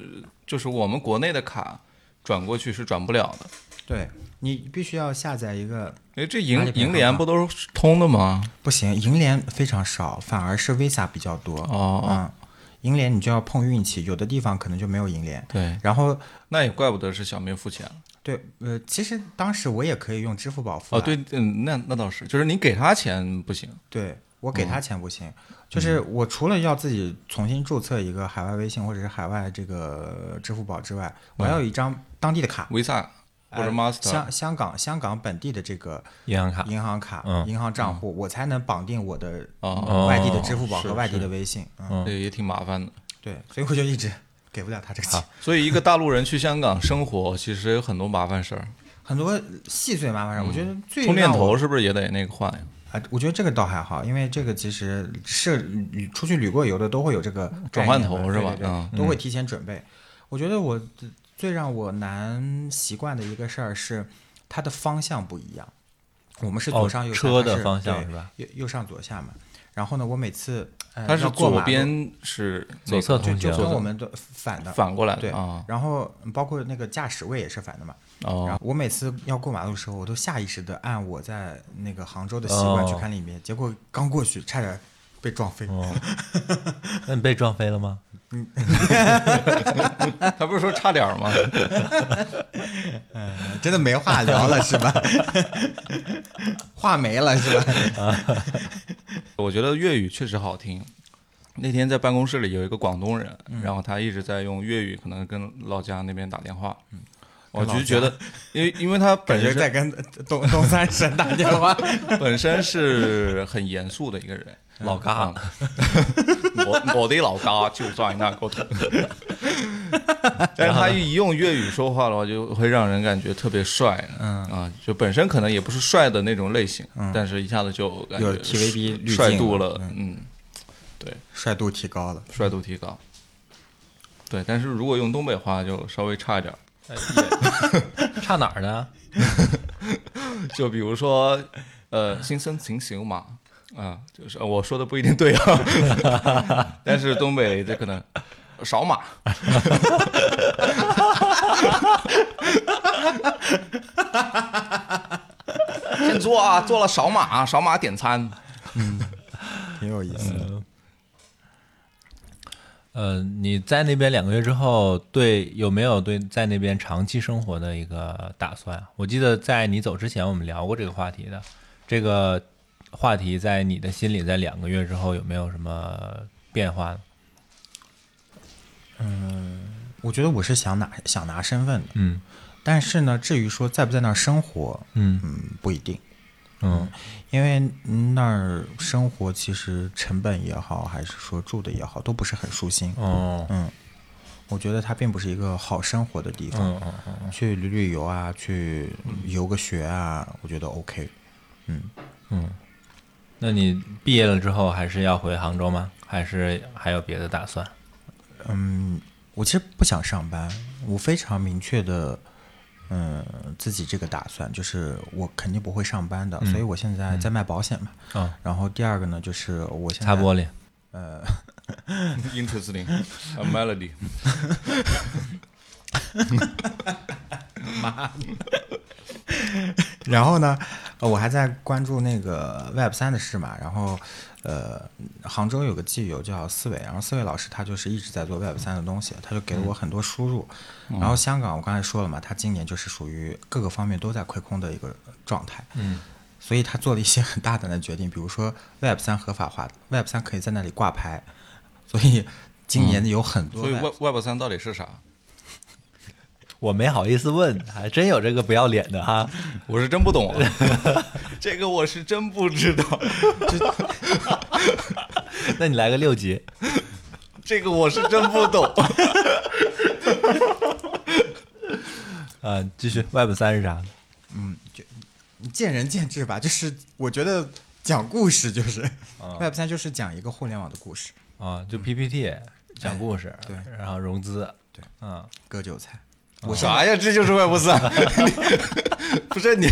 就是我们国内的卡转过去是转不了的，
对你必须要下载一个，
因为这
那
银
就别
银联
了
不都是通的吗？
不行，银联非常少，反而是 Visa 比较多。
哦
嗯，银联你就要碰运气，有的地方可能就没有银联。
对，
然后
那也怪不得是小明付钱了。
对，呃，其实当时我也可以用支付宝付
哦，
的
对，嗯，那那倒是，就是你给他钱不行。
对我
哦
给他钱不行，就是
嗯
我除了要自己重新注册一个海外微信或者是海外这个支付宝之外，我还有一张当地的卡，
Visa 嗯或者
呃
Master，
香香港香港本地的这个
银行卡，
银行卡、
嗯
银行账户，我才能绑定我的
哦
外地的支付宝
是
和外地
是
的微信。嗯，
对，也挺麻烦的。
对，所以我就一直给不了他这个钱，
所以一个大陆人去香港生活，其实有很多麻烦事儿。
很多细碎麻烦事儿，我觉得最
嗯充电
让我
头是不是也得那个换呀？
啊，我觉得这个倒还好，因为这个其实是旅出去旅过游的都会有这个概
转换
念
头
嘛
是
对
吧
对对
嗯
都会提前准备。我觉得我最让我难习惯的一个事儿是它的方向不一样，我们是左
哦
上右下，
车
它
的
是
方向
对
是吧？
右右上左下嘛。然后呢，我每次呃
它是
要过马
左
路
边是那
左侧
个
通
就
行，
跟我们的反的
反过来
对
的啊。
然后包括那个驾驶位也是反的嘛。然
哦
后，我每次要过马路的时候，我都下意识的按我在那个杭州的习惯去
哦
看里面，结果刚过去差点被撞飞。
哦，那你被撞飞了吗？
哎
他不是说差点儿吗？
真的没话聊了是吧？ 话没了是吧？
我觉得粤语确实好听。那天在办公室里有一个广东人，
嗯
然后他一直在用粤语，可能跟老家那边打电话。我
嗯跟
就
老
觉得，因为因为他
感
本
觉
身
在跟东东三省打电话。
本身是很严肃的一个人，
嗯
老嘎
啊，嗯我我的老家就在那个头。但是他一用粤语说话的话，就会让人感觉特别帅，嗯啊，就本身可能也不是帅的那种类型，但是一下子就感觉
嗯有 TVB 滤镜
帅度
了
了，嗯，对，
帅度提高了，
帅度提高。对，但是如果用东北话就稍微差一点儿，
差哪儿呢？
就比如说，呃，新生情形嘛，啊、就是呃我说的不一定对啊， 但是东北这可能少马，先做啊，做了少马，少马点餐，
挺有意思
嗯
的。
呃，你在那边两个月之后，对有没有对在那边长期生活的一个打算啊？我记得在你走之前，我们聊过这个话题的。这个话题在你的心里，在两个月之后有没有什么变化呢？
我觉得我是想拿想拿身份的，
嗯
但是呢，至于说在不在那儿生活，
嗯
嗯，不一定。
嗯
因为那儿生活其实成本也好，还是说住的也好，都不是很舒心。
哦
嗯，我觉得它并不是一个好生活的地方。
嗯嗯嗯
去旅旅游啊，去游个学啊，我觉得 OK。
嗯。那你毕业了之后还是要回杭州吗？还是还有别的打算？
嗯，我其实不想上班，我非常明确的，嗯，自己这个打算就是我肯定不会上班的，
嗯
所以我现在在卖保险嘛。
啊，
然后第二个呢，就是我现在
擦玻璃。
呃，
Interesting, a melody。
然后呢，呃我还在关注那个 Web 三的事嘛，然后呃，杭州有个基友叫思维，然后思维老师他就是一直在做 Web 三的东西，他就给了我很多输入。然后香港我刚才说了嘛，他今年就是属于各个方面都在亏空的一个状态，
嗯
所以他做了一些很大胆的决定，比如说 Web 三合法化，Web 三可以在那里挂牌，所以今年有很多
所以
Web,、
Web Web 三到底是啥？
我没好意思问，还真有这个不要脸的哈。
我是真不懂、啊， 这个我是真不知道，
那你来个六级，
这个我是真不懂。
啊，继续 Web 三是啥？
见仁见智吧，就是我觉得讲故事就是 Web 三就是讲一个互联网的故事，
啊，就 PPT 讲故事，
对
然后融资，
对，
嗯，
割韭菜。
啥呀？这就是 Web 三， 不是你，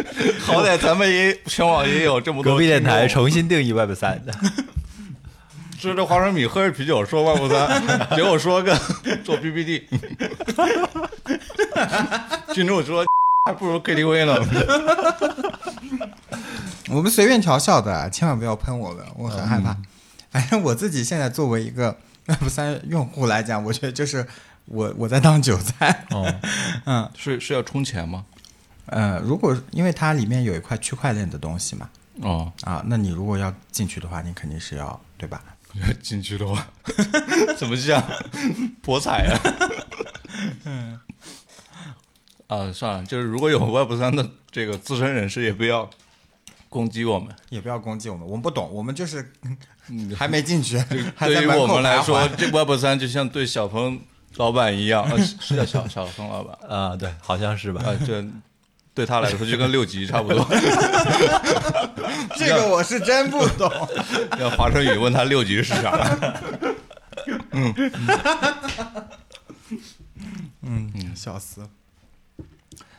好歹咱们也全网也有这么多
隔壁电台
听众
重新定义 Web 三，
吃着花生米，喝着啤酒，说 Web 三，结果说个做 PPT，群众说 还不如 KTV 呢。
我们随便调笑的，千万不要喷我们，我很害怕。
嗯
反正我自己现在作为一个 Web 三用户来讲，我觉得就是我我在当韭菜。
哦，
嗯
是是要充钱吗？
呃，如果因为它里面有一块区块链的东西嘛，
哦，
啊，那你如果要进去的话，你肯定是要对吧？
进去的话 怎么像 博彩啊？ 嗯，啊，算了，就是如果有 Web 三的这个资深人士，也不要攻击我们。
也不要攻击我们，我们不懂，我们就是还没进去，还在
嗯 对于
门口
我们来
徘
说
徊，
这 Web 三就像对小鹏老板一样，啊、是是叫小小鹏老板
啊，对，好像是吧？
啊，这对他来说就跟六级差不多。
这个我是真不 懂。
让华晨宇问他六级是啥？
嗯， 笑死了。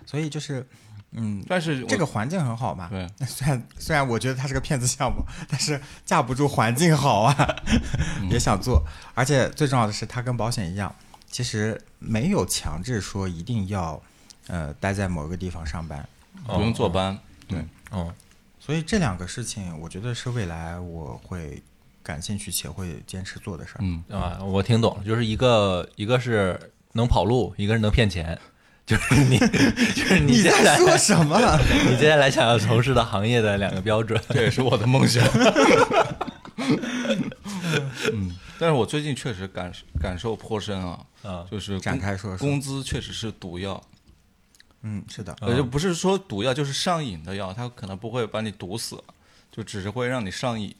所以就是，嗯，
但是我
这个环境很好嘛。
对，
虽然虽然我觉得它是个骗子项目，但是架不住环境好啊，
嗯
也想做。而且最重要的是，它跟保险一样，其实没有强制说一定要呃待在某个地方上班。
不用坐班，对，
哦，
所以这两个事情，我觉得是未来我会感兴趣且会坚持做的事儿。
嗯，
啊，我听懂了，就是一个一个是能跑路，一个是能骗钱，就是你 就是你
你
接下
在
来
说什 么？
你接下来想要从事的行业的两个标准。
这也是我的梦 想。嗯，但是我最近确实感感受颇深啊，
啊
就是工
展开说说
工资确实是毒药，
嗯，是的，
呃，就不是说毒药，就是上瘾的药，它可能不会把你毒死，就只是会让你上瘾。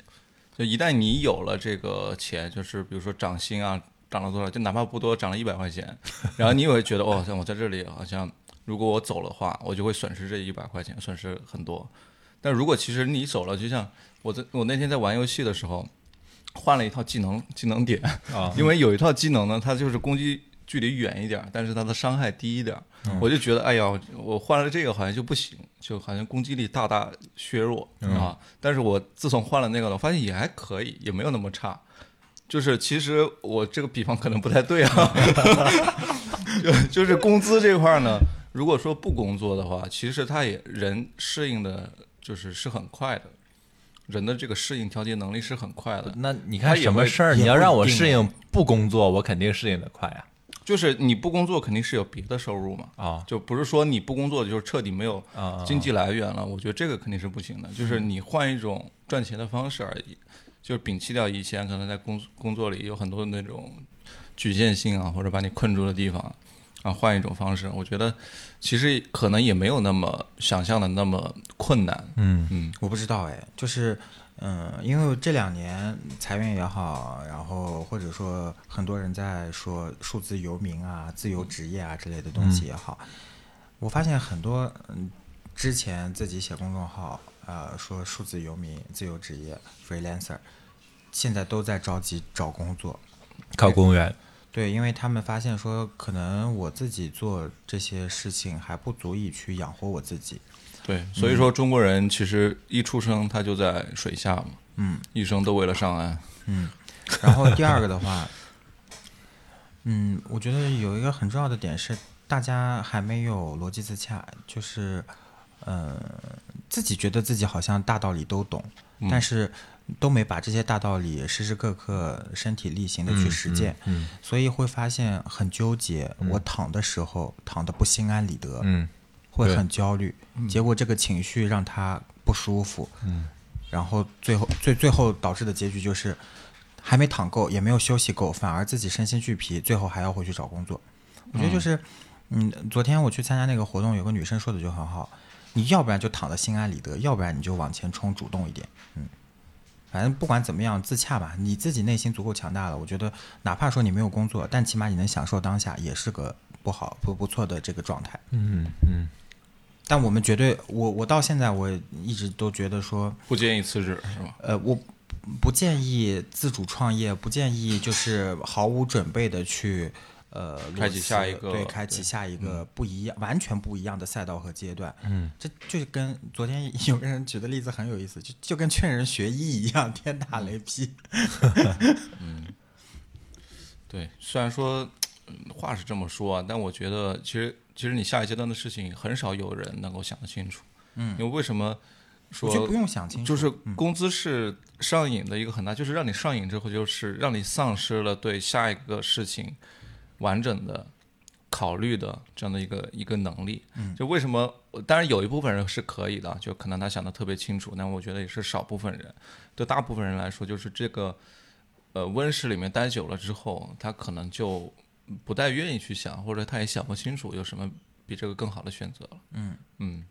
就一旦你有了这个钱，就是比如说涨薪啊，涨了多少，就哪怕不多，涨了一百块钱，然后你也会觉得，哦，像我在这里好像，如果我走的话，我就会损失这一百块钱，损失很多。但如果其实你走了，就像我在我那天在玩游戏的时候，换了一套技能技能点，
啊
因为有一套技能呢，它就是攻击距离远一点儿，但是它的伤害低一点儿。我就觉得，哎呀，我我换了这个好像就不行，就好像攻击力大大削弱啊。但是我自从换了那个呢，我发现也还可以，也没有那么差。就是其实我这个比方可能不太对啊，就就是工资这块儿呢，如果说不工作的话，其实他也人适应的，就是是很快的，人的这个适应调节能力是很快的。
那你
他
看
也
什么
会
事儿，
也
你要
不
让
一
我
定
适应不工作，我肯定适应的快啊呀。
就是你不工作肯定是有别的收入嘛，
啊
就不是说你不工作就是彻底没有
啊嗯
经济来源了。我觉得这个肯定是不行的，就是你换一种赚钱的方式而已，就是摒弃掉以前可能在工工作里有很多那种局限性啊，或者把你困住的地方啊，换一种方式。我觉得其实可能也没有那么想象的那么困难。
嗯
嗯
我不知道哎，就是嗯、因为这两年裁员也好，然后或者说很多人在说数字游民啊、自由职业啊之类的东西也好，我发现很多嗯，之前自己写公众号，呃，说数字游民、自由职业、freelancer，现在都在着急找工作。
考公务员，
对，因为他们发现说，可能我自己做这些事情还不足以去养活我自己。
对，所以说中国人其实一出生他就在水下嘛，
嗯，
一生都为了上岸。
然后第二个的 话，嗯，我觉得有一个很重要的点是，大家还没有逻辑自洽，就是，呃，自己觉得自己好像大道理都懂，
嗯
但是都没把这些大道理时时刻刻身体力行的去实践，
嗯
所以会发现很纠结。我躺的时候躺的不心安理得，
嗯
会
对
很焦虑，结果这个情绪让他不舒服，
嗯
然后最后最最后导致的结局就是还没躺够，也没有休息够，反而自己身心俱疲，最后还要回去找工作。我觉得就是，嗯，昨天我去参加那个活动，有个女生说的就很好，你要不然就躺得心安理得，要不然你就往前冲，主动一点，嗯。反正不管怎么样，自洽吧。你自己内心足够强大了，我觉得哪怕说你没有工作，但起码你能享受当下，也是个不好不不错的这个状态。
嗯嗯，
但我们绝对，我我到现在我一直都觉得说，
不建议辞职是吧？
呃，我不建议自主创业，不建议就是毫无准备的去呃裸
开启
辞
下一个
对，开启
对嗯
下一个不一样、完全不一样的赛道和阶段。嗯，这就是跟昨天有个人举的例子很有意思，就就跟劝人学医一样，天打
嗯
雷劈。
对，虽然说嗯话是这么说啊，但我觉得其实其实你下一阶段的事情很少有人能够想得清楚。嗯，因为为什么
我
说
觉得不用想清楚，嗯
就是工资是上瘾的一个很大，就是让你上瘾之后，就是让你丧失了对下一个事情完整的考虑的这样的一个一个能力。
嗯
就为什么？呃当然有一部分人是可以的，就可能他想的特别清楚，但我觉得也是少部分人。对大部分人来说，就是这个呃温室里面待久了之后，他可能就不太愿意去想，或者他也想不清楚有什么比这个更好的选择了。嗯嗯。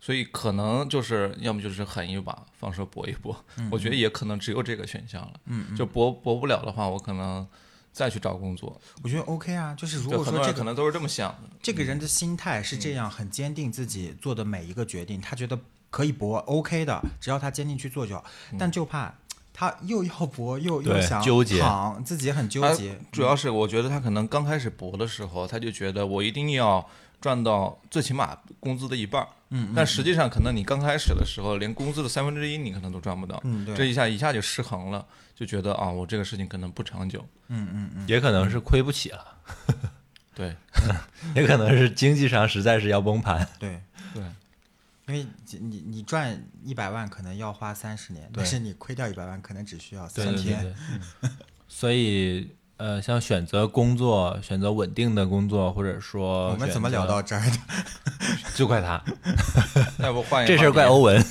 所以可能就是要么就是狠一把，放手搏一搏。我觉得也可能只有这个选项了。嗯，就搏搏不了的话，我可能再去找工作。
我觉得 OK 啊，就是如
对，
果
很
说
多
这
人
个
可能都是这么想的。
这个人的心态是这样，很坚定自己做的每一个决定，他觉得可以搏，OK 的，只要他坚定去做就好。但就怕他又要搏，又又
对
想
纠结
躺，自己很纠
他
结。
主要是我觉得他可能刚开始搏的时候，他就觉得我一定要赚到最起码工资的一半。嗯，但实际上可能你刚开始的时候，连工资的三分之一你可能都赚不到。
嗯对
这一下一下就失衡了，就觉得啊，我这个事情可能不长久。
也可能是亏不起了，
对，
也可能是经济上实在是要崩盘。
对，
对，
因为你你你赚一百万可能要花三十年，但是你亏掉一百万可能只需要三天。
嗯所以呃，像选择工作、选择稳定的工作，或者说
我们怎么聊到这儿的？
选择就怪他，
要不换一个
这事儿
话题
怪欧文。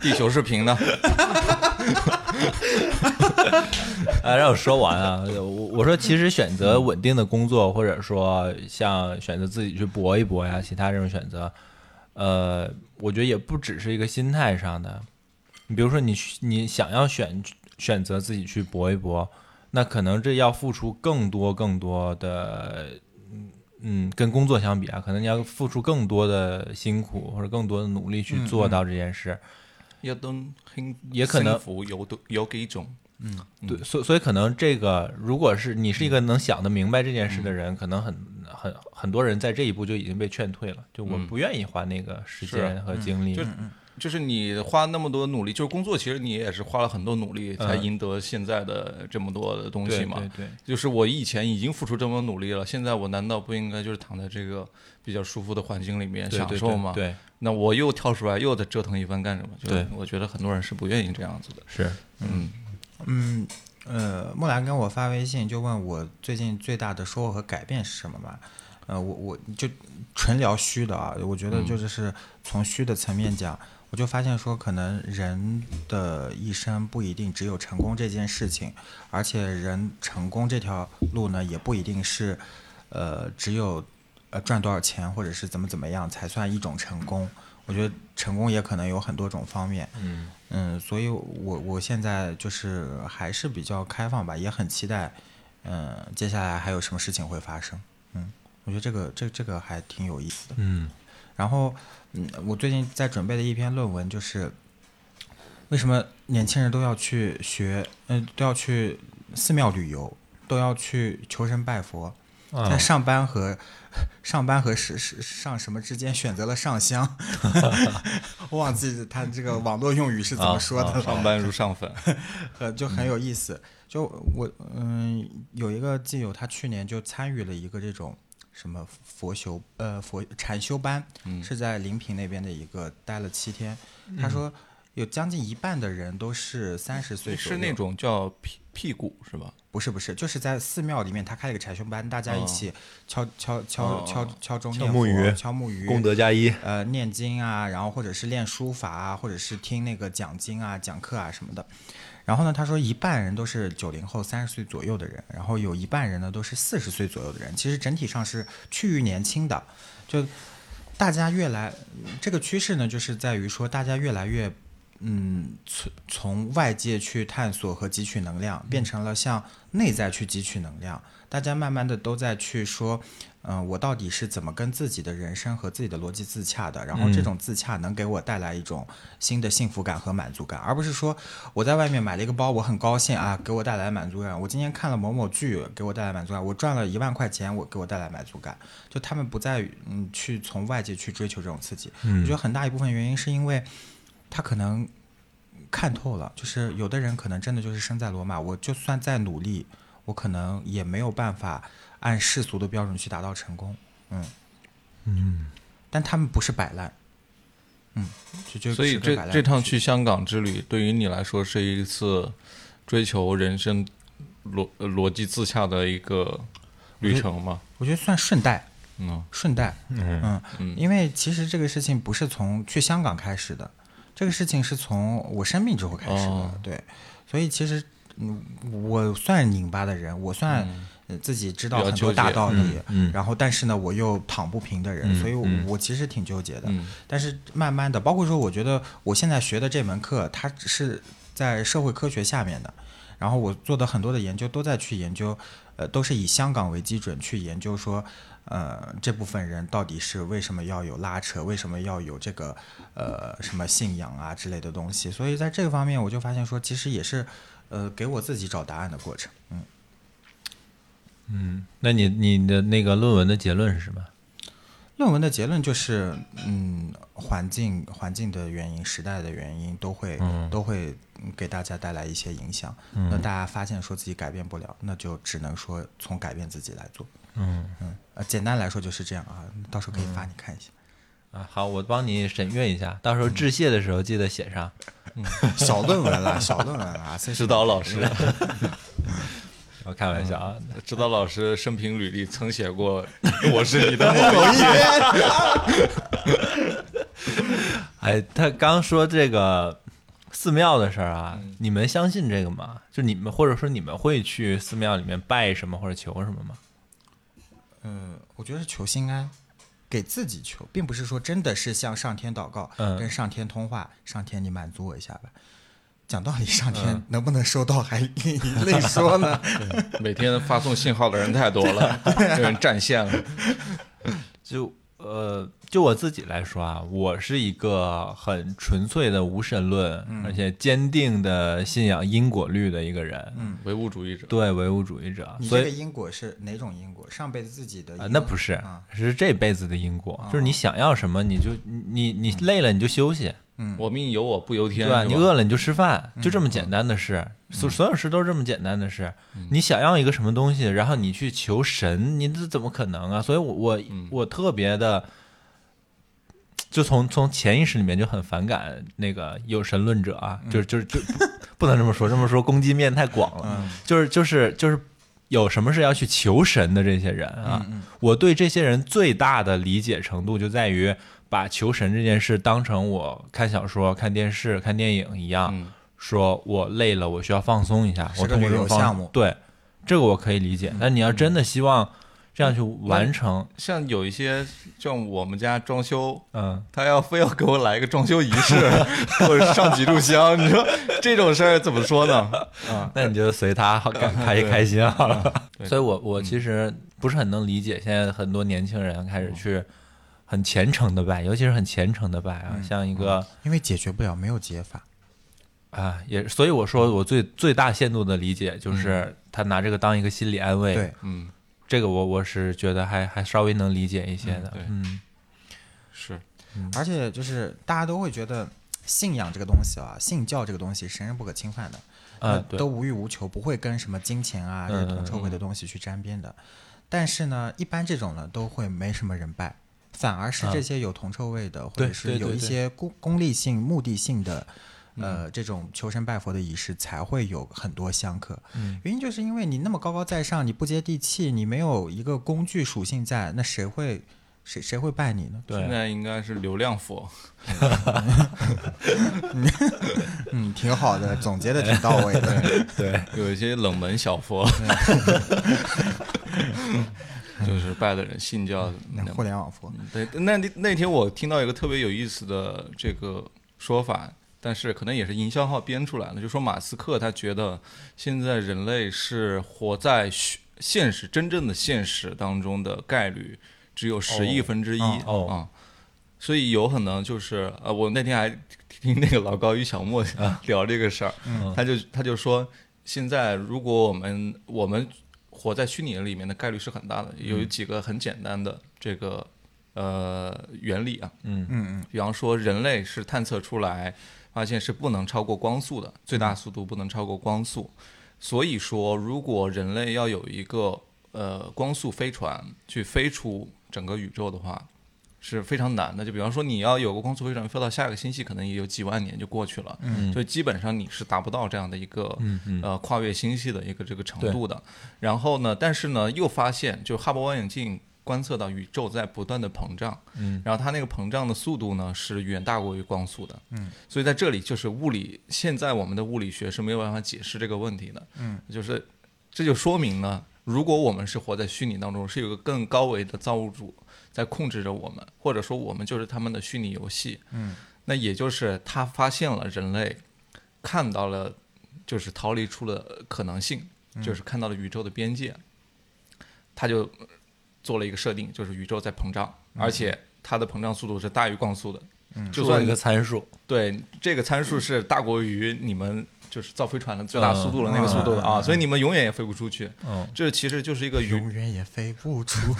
地球是平的。
啊，让我说完啊！我我说，其实选择稳定的工作，或者说像选择自己去搏一搏呀，其他这种选择，呃，我觉得也不只是一个心态上的。你比如说你去，你想要选选择自己去搏一搏，那可能这要付出更多更多的，嗯嗯，跟工作相比啊，可能你要付出更多的辛苦或者更多的努力去做到这件事。
一吨轻，
也可能
幸福有多有几种？嗯
对，所所以可能这个，如果是你是一个能想得明白这件事的
嗯
人，可能很很很多人在这一步就已经被劝退了，就我
嗯
不愿意花那个时间和精力。
啊就就是你花那么多努力，就是工作，其实你也是花了很多努力才赢得现在的这么多的东西
对
嘛。
对对，
就是我以前已经付出这么努力了，现在我难道不应该就是躺在这个比较舒服的环境里面
对
享
对
受
对
吗？
对，
那我又跳出来，又得折腾一番干什么？就是
对
我觉得很多人是不愿意这样子的。
是
嗯，
嗯，呃，木兰跟我发微信就问我最近最大的收获和改变是什么嘛？呃，我我就纯聊虚的啊，我觉得就就是从虚的层面讲，我就发现说，可能人的一生不一定只有成功这件事情，而且人成功这条路呢，也不一定是，呃，只有呃赚多少钱或者是怎么怎么样才算一种成功。我觉得成功也可能有很多种方面，
嗯
嗯，所以我我现在就是还是比较开放吧，也很期待，嗯，接下来还有什么事情会发生。嗯，我觉得这个这这个还挺有意思的。
嗯
然后，嗯，我最近在准备的一篇论文就是，为什么年轻人都要去学，嗯、都要去寺庙旅游，都要去求神拜佛，在
啊，
上班和上班和是是上什么之间选择了上 香， 我忘记他这个网络用语
嗯
是怎
啊
么说的了。
啊上班如上 坟。
呃，就
嗯
很有意思。就我嗯，有一个基友，他去年就参与了一个这种什么佛修呃佛禅修班，
嗯
是在临平那边的一个待了七天。他说有将近一半的人都是三十岁左
是
右，
那种叫屁屁股是吧？
不是不是，就是在寺庙里面，他开了一个禅修班，大家一
哦
起敲敲敲
哦
敲敲钟
敲
念
木
佛
鱼
敲木鱼，
功德加一，
呃念经啊，然后或者是练书法啊，或者是听那个讲经啊、讲课啊什么的。然后呢，他说一半人都是九零后、三十岁左右的人，然后有一半人呢都是四十岁左右的人，其实整体上是趋于年轻的。就大家越来这个趋势呢，就是在于说大家越来越嗯从从外界去探索和汲取能量，变成了向内在去汲取能量。大家慢慢的都在去说，嗯、我到底是怎么跟自己的人生和自己的逻辑自洽的？然后这种自洽能给我带来一种新的幸福感和满足感，而不是说我在外面买了一个包，我很高兴啊，给我带来满足感。我今天看了某某剧，给我带来满足感。我赚了一万块钱，我给我带来满足感。就他们不再嗯去从外界去追求这种刺激。我觉得很大一部分原因是因为他可能看透了，就是有的人可能真的就是生在罗马，我就算再努力，我可能也没有办法按世俗的标准去达到成功。嗯嗯，但他们不是摆烂。嗯，就就
所以
是个
这
摆烂
这
不
趟
是
去香港之旅，对于你来说是一次追求人生逻呃逻辑自洽的一个旅程吗？
我觉得算顺带，
嗯，
顺带，
嗯
嗯，因为其实这个事情不是从去香港开始的，这个事情是从我生病之后开始的，
哦
对，所以其实嗯，我算拧巴的人，我算、呃自己知道
嗯比较
很多
纠结
大道理，
嗯嗯
然后但是呢，我又躺不平的人，所以我,、其实挺纠结的。
嗯
但是慢慢的，包括说，我觉得我现在学的这门课，它是在社会科学下面的。然后我做的很多的研究都在去研究，呃，都是以香港为基准去研究说，呃，这部分人到底是为什么要有拉扯，为什么要有这个呃什么信仰啊之类的东西。所以在这个方面，我就发现说，其实也是呃给我自己找答案的过程。嗯
嗯，那你你的那个论文的结论是什么？
论文的结论就是，嗯，环境环境的原因、时代的原因都会、都会嗯给大家带来一些影响。那大家发现说自己改变不了，那就只能说从改变自己来做。
嗯
嗯，呃，简单来说就是这样啊，到时候可以发你看一下。
啊，好，我帮你审阅一下，到时候
嗯
致谢的时候记得写上。
嗯 小论文啦，小论文啦，这
指导老师，
我开玩笑啊，
指导老师生平履历曾写过“我是你的某
有一天
哎，他刚说这个寺庙的事儿啊，
嗯
你们相信这个吗？就你们或者说你们会去寺庙里面拜什么或者求什么吗？
嗯，我觉得是求心安，给自己求，并不是说真的是向上天祷告，
嗯
跟上天通话，上天你满足我一下吧。讲道理，上天能不能收到还 另说呢？
每天发送信号的人太多了，有人占线了。
就呃，就我自己来说啊，我是一个很纯粹的无神论，
嗯
而且坚定的信仰因果律的一个人，嗯，
唯物主义者，
对唯物主义者，
你
啊所
这个
以。
因果是哪种因果？上辈子自己的因
啊、
果、
那不是
啊，
是这辈子的因果，就是你想要什么，你就你你
嗯
你累了你就休息，
我命由我不由天，
对吧？
是嗯
你饿了你就吃饭，就这么简单的事，所、所有事都是这么简单的事。你想要一个什么东西，然后你去求神，你这怎么可能啊？所以我，我我
嗯
特别的，就从从潜意识里面就很反感那个有神论者啊，
嗯
就是就是就不能这么说，这么说攻击面太广了，
嗯
就是就是就是。有什么是要去求神的这些人啊？
嗯
我对这些人最大的理解程度就在于把求神这件事当成我看小说、看电视、看电影一样，
嗯
说我累了，我需要放松一下。
嗯是
我
个
通过
旅
这
游
种方
项目嗯
对这个我可以理解。但你要真的希望这样去完成，
像有一些像我们家装修，
嗯，
他要非要给我来一个装修仪 式，或者上几炷香， 你说这种事儿怎么说呢？
那你就随他好 开开开心好
嗯
了。所以我我其实不是很能理解，现在很多年轻人开
嗯
始去很虔诚的拜，尤其是很虔诚的拜啊，
嗯
像一个。
因为解决不了，没有解法。
啊，也所以我说我最最大限度的理解就是他拿这个当一个心理安
嗯
慰，
对，
嗯，
这个我我是觉得还还稍微能理解一些的，
对
嗯
是
而且就是大家都会觉得信仰这个东西啊，信教这个东西神人不可侵犯的，
啊
呃
对
都无欲无求，不会跟什么金钱啊、
嗯
这种臭味的东西去沾边的。但是呢，一般这种呢都会没什么人拜，反而是这些有铜臭味的，或
对
者
对
是
对
有一
对
些功功利性、目的性的。呃，这种求神拜佛的仪式才会有很多香客，原因就是因为你那么高高在上，你不接地气，你没有一个工具属性在，那谁会谁谁会拜你呢？
对
现在应该是流量佛，
嗯，挺好的，总结的挺到位的。
对，
有一些冷门小 佛，就是拜的人信教
那互联网佛，
嗯对，那那那天我听到一个特别有意思的这个说法，但是可能也是营销号编出来的，就说马斯克他觉得现在人类是活在虚现实真正的现实当中的概率只有十亿分之一啊、
哦
所以有可能就是呃，我那天还听那个老高与小莫 聊这个事儿，他就他就说，现在如果我们我们活在虚拟里面的概率是很大的，有几个很简单的这个呃原理啊，
嗯
嗯嗯，比方说人类是探测出来发现是不能超过光速的，最大速度不能超过光速，所以说如果人类要有一个呃光速飞船去飞出整个宇宙的话，是非常难的。就比方说，你要有个光速飞船飞到下个星系，可能也有几万年就过去了，嗯，所以基本上你是达不到这样的一个、呃跨越星系的一个这个程度的。然后呢，但是呢，又发现就哈勃望远镜。观测到宇宙在不断的膨胀，嗯，然后它那个膨胀的速度呢是远大过于光速的，嗯，所以在这里就是物理，现在我们的物理学是没有办法解释这个问题的，嗯，就是这就说明了，如果我们是活在虚拟当中，是有个更高维的造物主在控制着我们，或者说我们就是他们的虚拟游戏。嗯，那也就是他发现了人类看到了，就是逃离出了可能性，就是看到了宇宙的边界。他就做了一个设定，就是宇宙在膨胀，而且它的膨胀速度是大于光速的。就
做
算
一个参数，
对，这个参数是大过于你们就是造飞船的最大速度的那个速度了啊，所以你们永远也飞不出去。
嗯，
这其实就是一个宇
永远也飞不出。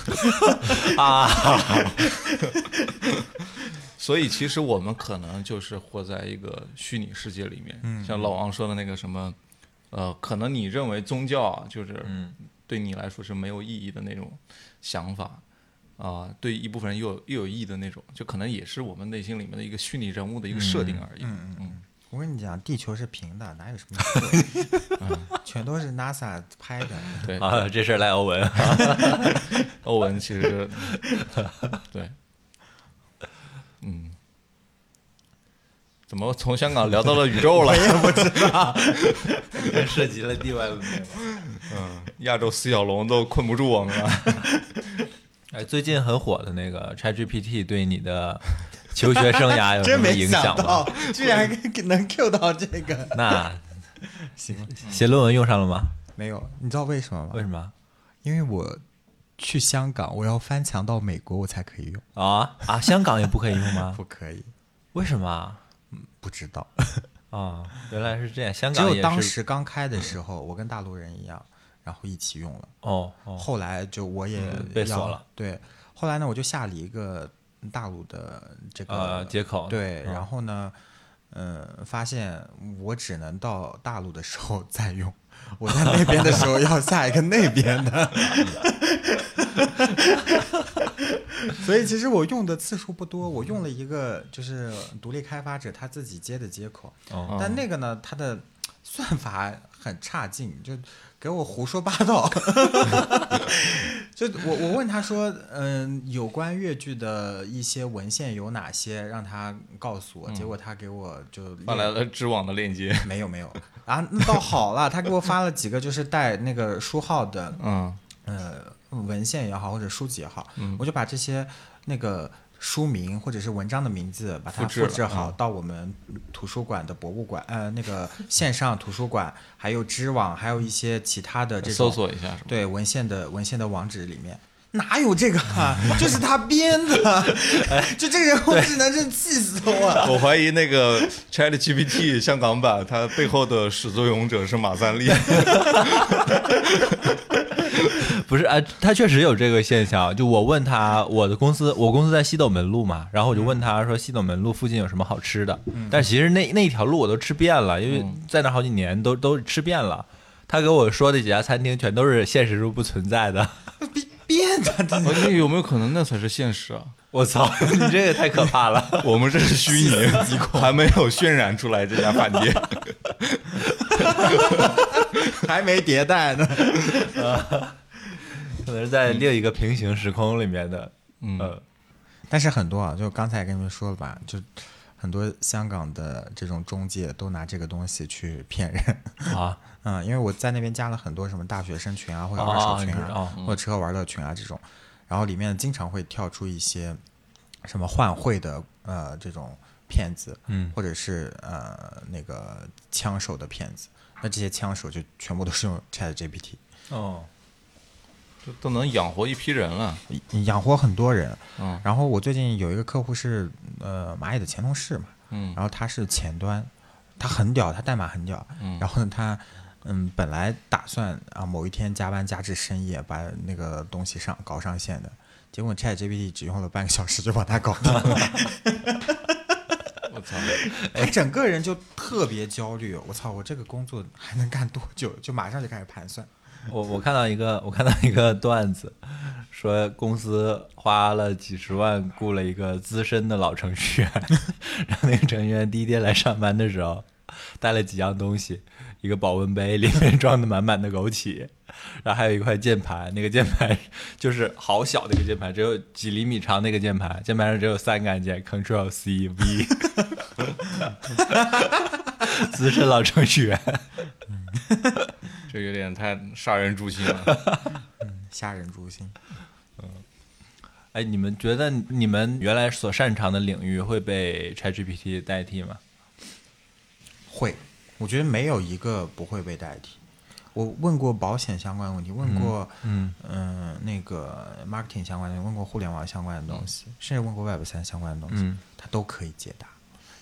所以其实我们可能就是活在一个虚拟世界里面，像老王说的那个什么，呃，可能你认为宗教啊就是对你来说是没有意义的那种想法。啊、对一部分人又有又有意义的那种，就可能也是我们内心里面的一个虚拟人物的一个设定而已。嗯嗯，
我跟你讲，地球是平的，哪有什么错？全都是 NASA 拍的。
对，
啊，这事儿赖欧文，
欧文其实 对，嗯，怎么从香港聊到了宇宙了？
涉及了地外文明。
亚洲四小龙都困不住我们了。
哎，最近很火的那个 ChatGPT 对你的求学生涯有什
真
么
没
影
想
响吗
到？， 居然能 Q 到这个。
那
行，
写论文用上了吗？
没有，你知道为什么吗？
为什么？
因为我去香港，我要翻墙到美国，我才可以用。
啊啊，香港也不可以用 吗？
不可以，
为什么啊？
不知道。
啊，原来是这样，香
只
港也
有
是
当时刚开的时候，我跟大陆人一样，然后一起用了。
哦哦，
后来就我也
嗯被
要
锁了。
对，后来呢，我就下了一个大陆的这
呃，
个
接口
对，
嗯
然后呢，嗯，发现我只能到大陆的时候再用， 我在那边的时候要下一个那边 的，所以其实我用的次数不多，我用了一个就是独立开发者他自己接的接口，
哦
但那个呢，它的算法很差劲，就给我胡说八道。 就我我问他说，嗯，有关越剧的一些文献有哪些，让他告诉我。结果他给我就
嗯发来
列
了知网的链接。
没有没有啊，那倒好了，他给我发了几个就是带那个书号的
嗯，
呃文献也好，或者书籍也好，
嗯
我就把这些那个书名或者是文章的名字把它
复制了
复制嗯好，到我们图书馆的博物馆，呃，那个线上图书馆，还有知网，还有一些其他的这种
搜索一下什么？
对文献的文献的网址里面。哪有这个啊？ 就是他编的， 就这个人我只能是气死我 了。
我怀疑那个 Chat GPT 香港版，它背后的始作俑者是马 三立。
不是啊，他确实有这个现象。就我问他，我的公司，我公司在西斗门路嘛，然后我就问他说，西斗门路附近有什么好吃的？
嗯
但其实那那一条路我都吃遍了，因为在那好几年都都吃遍了。他给我说的几家餐厅全都是现实中不存在的。
编编的，真的
那有没有可能那才是现实啊？
我操，你这个太可怕了！
我们这 是虚拟，还没有渲染出来这家饭店。
还没迭代呢。
可能是在另一个平行时空里面的，
嗯
呃，
但是很多啊，就刚才也跟你们说了吧，就很多香港的这种中介都拿这个东西去骗人。
啊，
嗯，因为我在那边加了很多什么大学生群啊，或者
哦
二手群
你知道
啊，
哦
或者吃喝玩乐群啊这种，然后里面经常会跳出一些什么换汇的呃这种骗子，
嗯，
或者是呃那个枪手的骗子。那这些枪手就全部都是用 Chat GPT
哦，
这 都能养活一批人了。
养活很多人。
嗯
然后我最近有一个客户是呃蚂蚁的前同事嘛，
嗯
然后他是前端，他很屌，他代码很屌。
嗯
然后呢，他嗯本来打算啊某一天加班加至深夜把那个东西上搞上线的，结果 ChatGPT 只用了半个小时就把它搞定 了，
我操！
他整个人就特别焦虑。我操，我这个工作还能干多久？就马上就开始盘算。
我我看到一个，我看到一个段子，说公司花了几十万雇了一个资深的老程序员， 让那个程序员第一天来上班的时候，带了几样东西，一个保温杯里面装的满满的枸杞，然后还有一块键盘，那个键盘就是好小的一个键盘，只有几厘米长的一个键盘，键盘上只有三个按键，Ctrl C V。资深老程序员，
这有点太杀人诛心了。
吓人诛心，
哎，你们觉得你们原来所擅长的领域会被 ChatGPT 代替吗？
会我觉得没有一个不会被代替。我问过保险相关的问题，问过
嗯
嗯、那个 marketing 相关的，问过互联网相关的东西，甚至问过 Web 三相关的东西，
嗯
他都可以解答。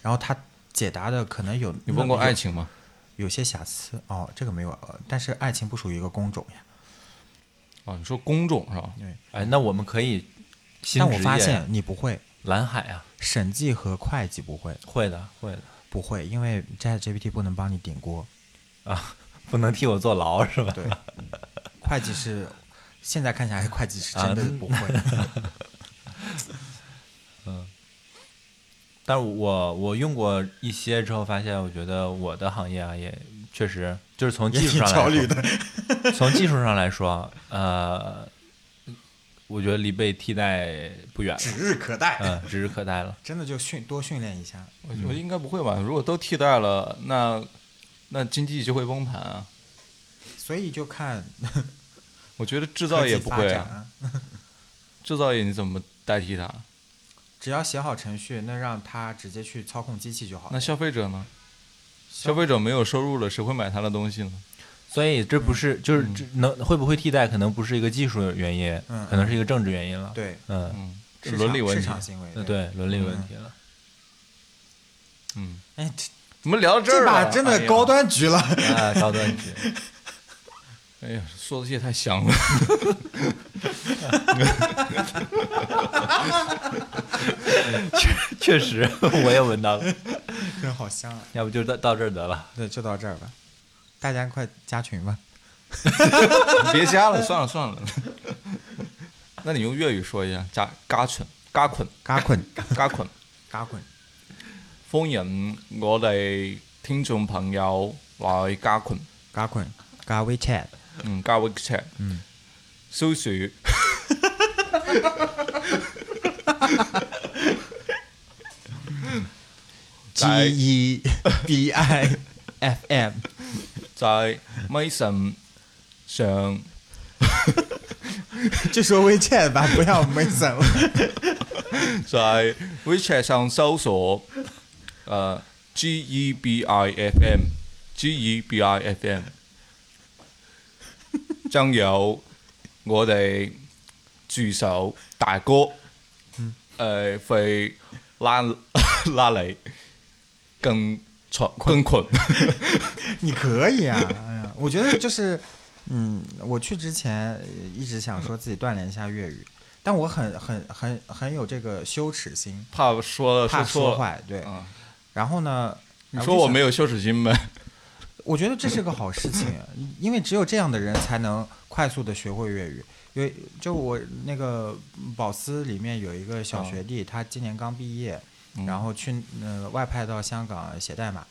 然后他解答的可能有
你问过
那么有
爱情吗？
有些瑕疵哦，这个没有，呃但是爱情不属于一个工种呀。
啊，你说工种是吧？
嗯
哎，那我们可以新
但
职
我
业
发现你不会，
蓝海啊，
审计和会计不会，
会的会的
不会，因为 ChatGPT 不能帮你顶锅。
啊， 不能替我坐牢是吧？
对，会计是现在看起来，会计是
啊
真的不会。
嗯但是我我用过一些之后，发现我觉得我的行业啊，也确实就是从技术上来说， 从技术上来说，呃，我觉得离被替代不远了，
日可待
嗯，指日可待了。
真的就训多训练一下。
我觉得应该不会吧？如果都替代了，那那经济就会崩盘啊！
所以就看
我觉得制
制
造业不会
啊
啊，。制造业你怎么代替它？
只要写好程序，那让它直接去操控机器就好了。
那消费者呢？消费者没有收入了，谁会买他的东西呢？
所以这不是就是这能会不会替代，可能不是一个技术原因，
嗯
可能是一个政治原因了。，
对
嗯，
嗯，这
市场
伦理问
市
题。
场行为
呃，。对伦理问题了。
嗯，
哎，这
怎么聊到
这
儿
把
了？
真
哎
的
呀
高。端局了。
啊，高端局，
哎呀，说的这也太香了。
确实我也闻到了。
真好香啊！
要不就到到这儿得了。
那就到这儿吧，大家快加群吧。
别加了，算了算了。 那你用粤语说一下，加加群加群
嘎 滚，
加群，
嘎滚，
歡迎我哋聽眾朋友來加群，
嘎滚，嘎 WeChat，
嗯，加 WeChat，嗯，消暑在
E B I F M，
在 Mason 上
就说 WeChat 吧，不要 Mason 了。
在 WeChat 上搜索呃 G E B I F M G E B I F M，將有我哋助手大哥誒、呃、會拉 拉你更群更群，
你可以啊，哎呀，我觉得就是，嗯，我去之前呃一直想说自己锻炼一下粤语，但我很很很很有这个羞耻心，
怕说
怕
错
说
了。
坏，对。
嗯
然后呢，
你说我没
有？
有羞耻心呗？
我觉得这是个好事情，因为只有这样的人才能快速的学会粤语。有就我那个保司里面有一个小学弟，他今年刚毕业，
嗯
然后去呃外派到香港写代码，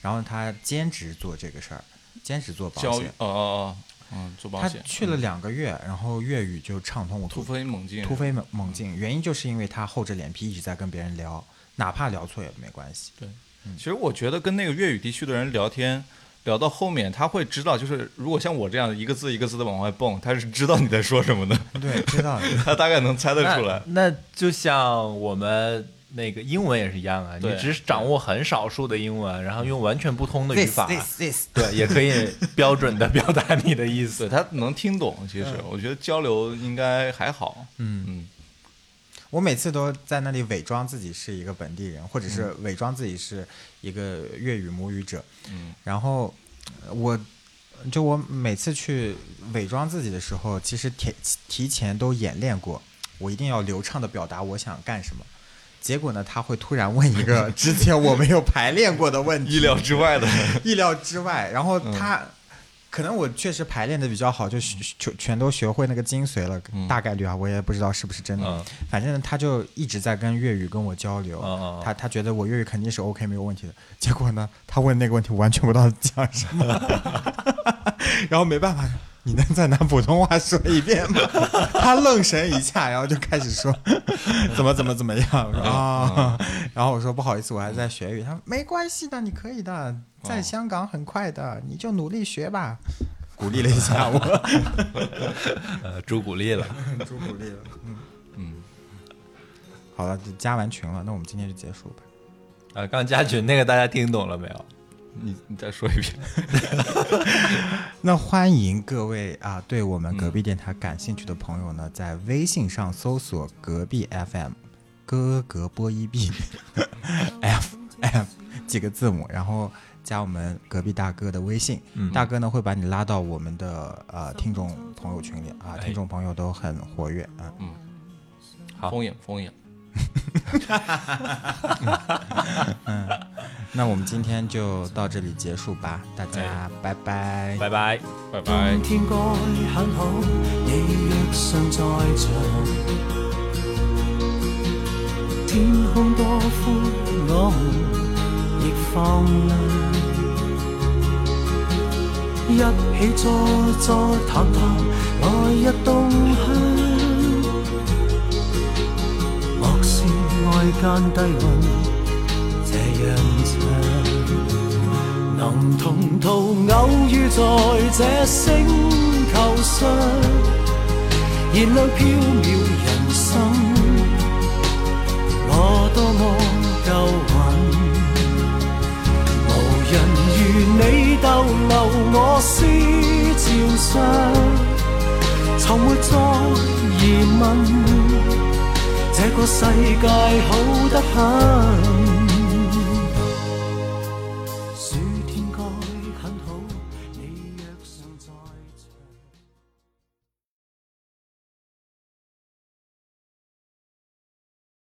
然后他兼职做这个事儿，兼职做保
教育
险。
哦哦哦，嗯，做保
他
险
去了两个月，然后粤语就畅通无
突
阻，
飞猛进，
突飞猛猛进。原因就是因为他厚着脸皮一直在跟别人聊，哪怕聊错也没关系。
对，嗯其实我觉得跟那个粤语地区的人聊天，聊到后面他会知道，就是如果像我这样一个字一个字的往外蹦，他是知道你在说什么的，
对，知 道了。
他大概能猜得出来。
那那就像我们那个英文也是一样啊，你
对
只是掌握很少数的英文，然后用完全不通的语
this
法，
this this，
对，也可以标准的表达你的意
对
思。
他能听懂，其实
嗯
我觉得交流应该还好。嗯嗯，
我每次都在那里伪装自己是一个本地人，或者是伪装自己是一个粤语母语者。
嗯，
然后呃我就我每次去伪装自己的时候，其实提提前都演练过，我一定要流畅的表达我想干什么。结果呢，他会突然问一个之前我没有排练过的问题，
意料之外 的。
意料之外。然后
嗯
他、可能我确实排练的比较好，就学全全都学会那个精髓了，
嗯
大概率啊，我也不知道是不是真的。
嗯
反正他就一直在跟粤语跟我交流，
嗯嗯嗯
他他觉得我粤语肯定是 OK 没有问题的。结果呢，他问那个问题，我完全不知道讲什么， 然后没办法。你能再拿普通话说一遍吗？他愣神一下，然后就开始说怎么怎么怎么样。我说啊， 然后我说不好意思，我还在学语。他说没关系的，你可以的，在香港很快的，你就努力学吧。鼓励了一下我，
呃，朱古力了，
主鼓励了。嗯
嗯，
好了，加完群了，那我们今天就结束吧。
呃啊，刚加群那个大家听懂了没有？
你你再说一遍。
那欢迎各位啊，对我们隔壁电台感兴趣的朋友呢，在微信上搜索“隔壁 FM”，哥隔波一 B F F 几个字母，然后加我们隔壁大哥的微信，大哥呢会把你拉到我们的呃听众朋友群里啊，听众朋友都很活跃啊。
好
风眼风眼，
那我们今天就到这里结束吧，大家拜拜。
拜拜。
拜拜。
天該很好，你若尚在場，天空多寬，我們亦放一起坐坐談談，來日動向。莫是外間低温這樣長。能同途偶遇在這星球上，燃亮飄渺人生，我多麼夠運，無人如你逗留我思潮上，從沒再疑問，這個世界好得很。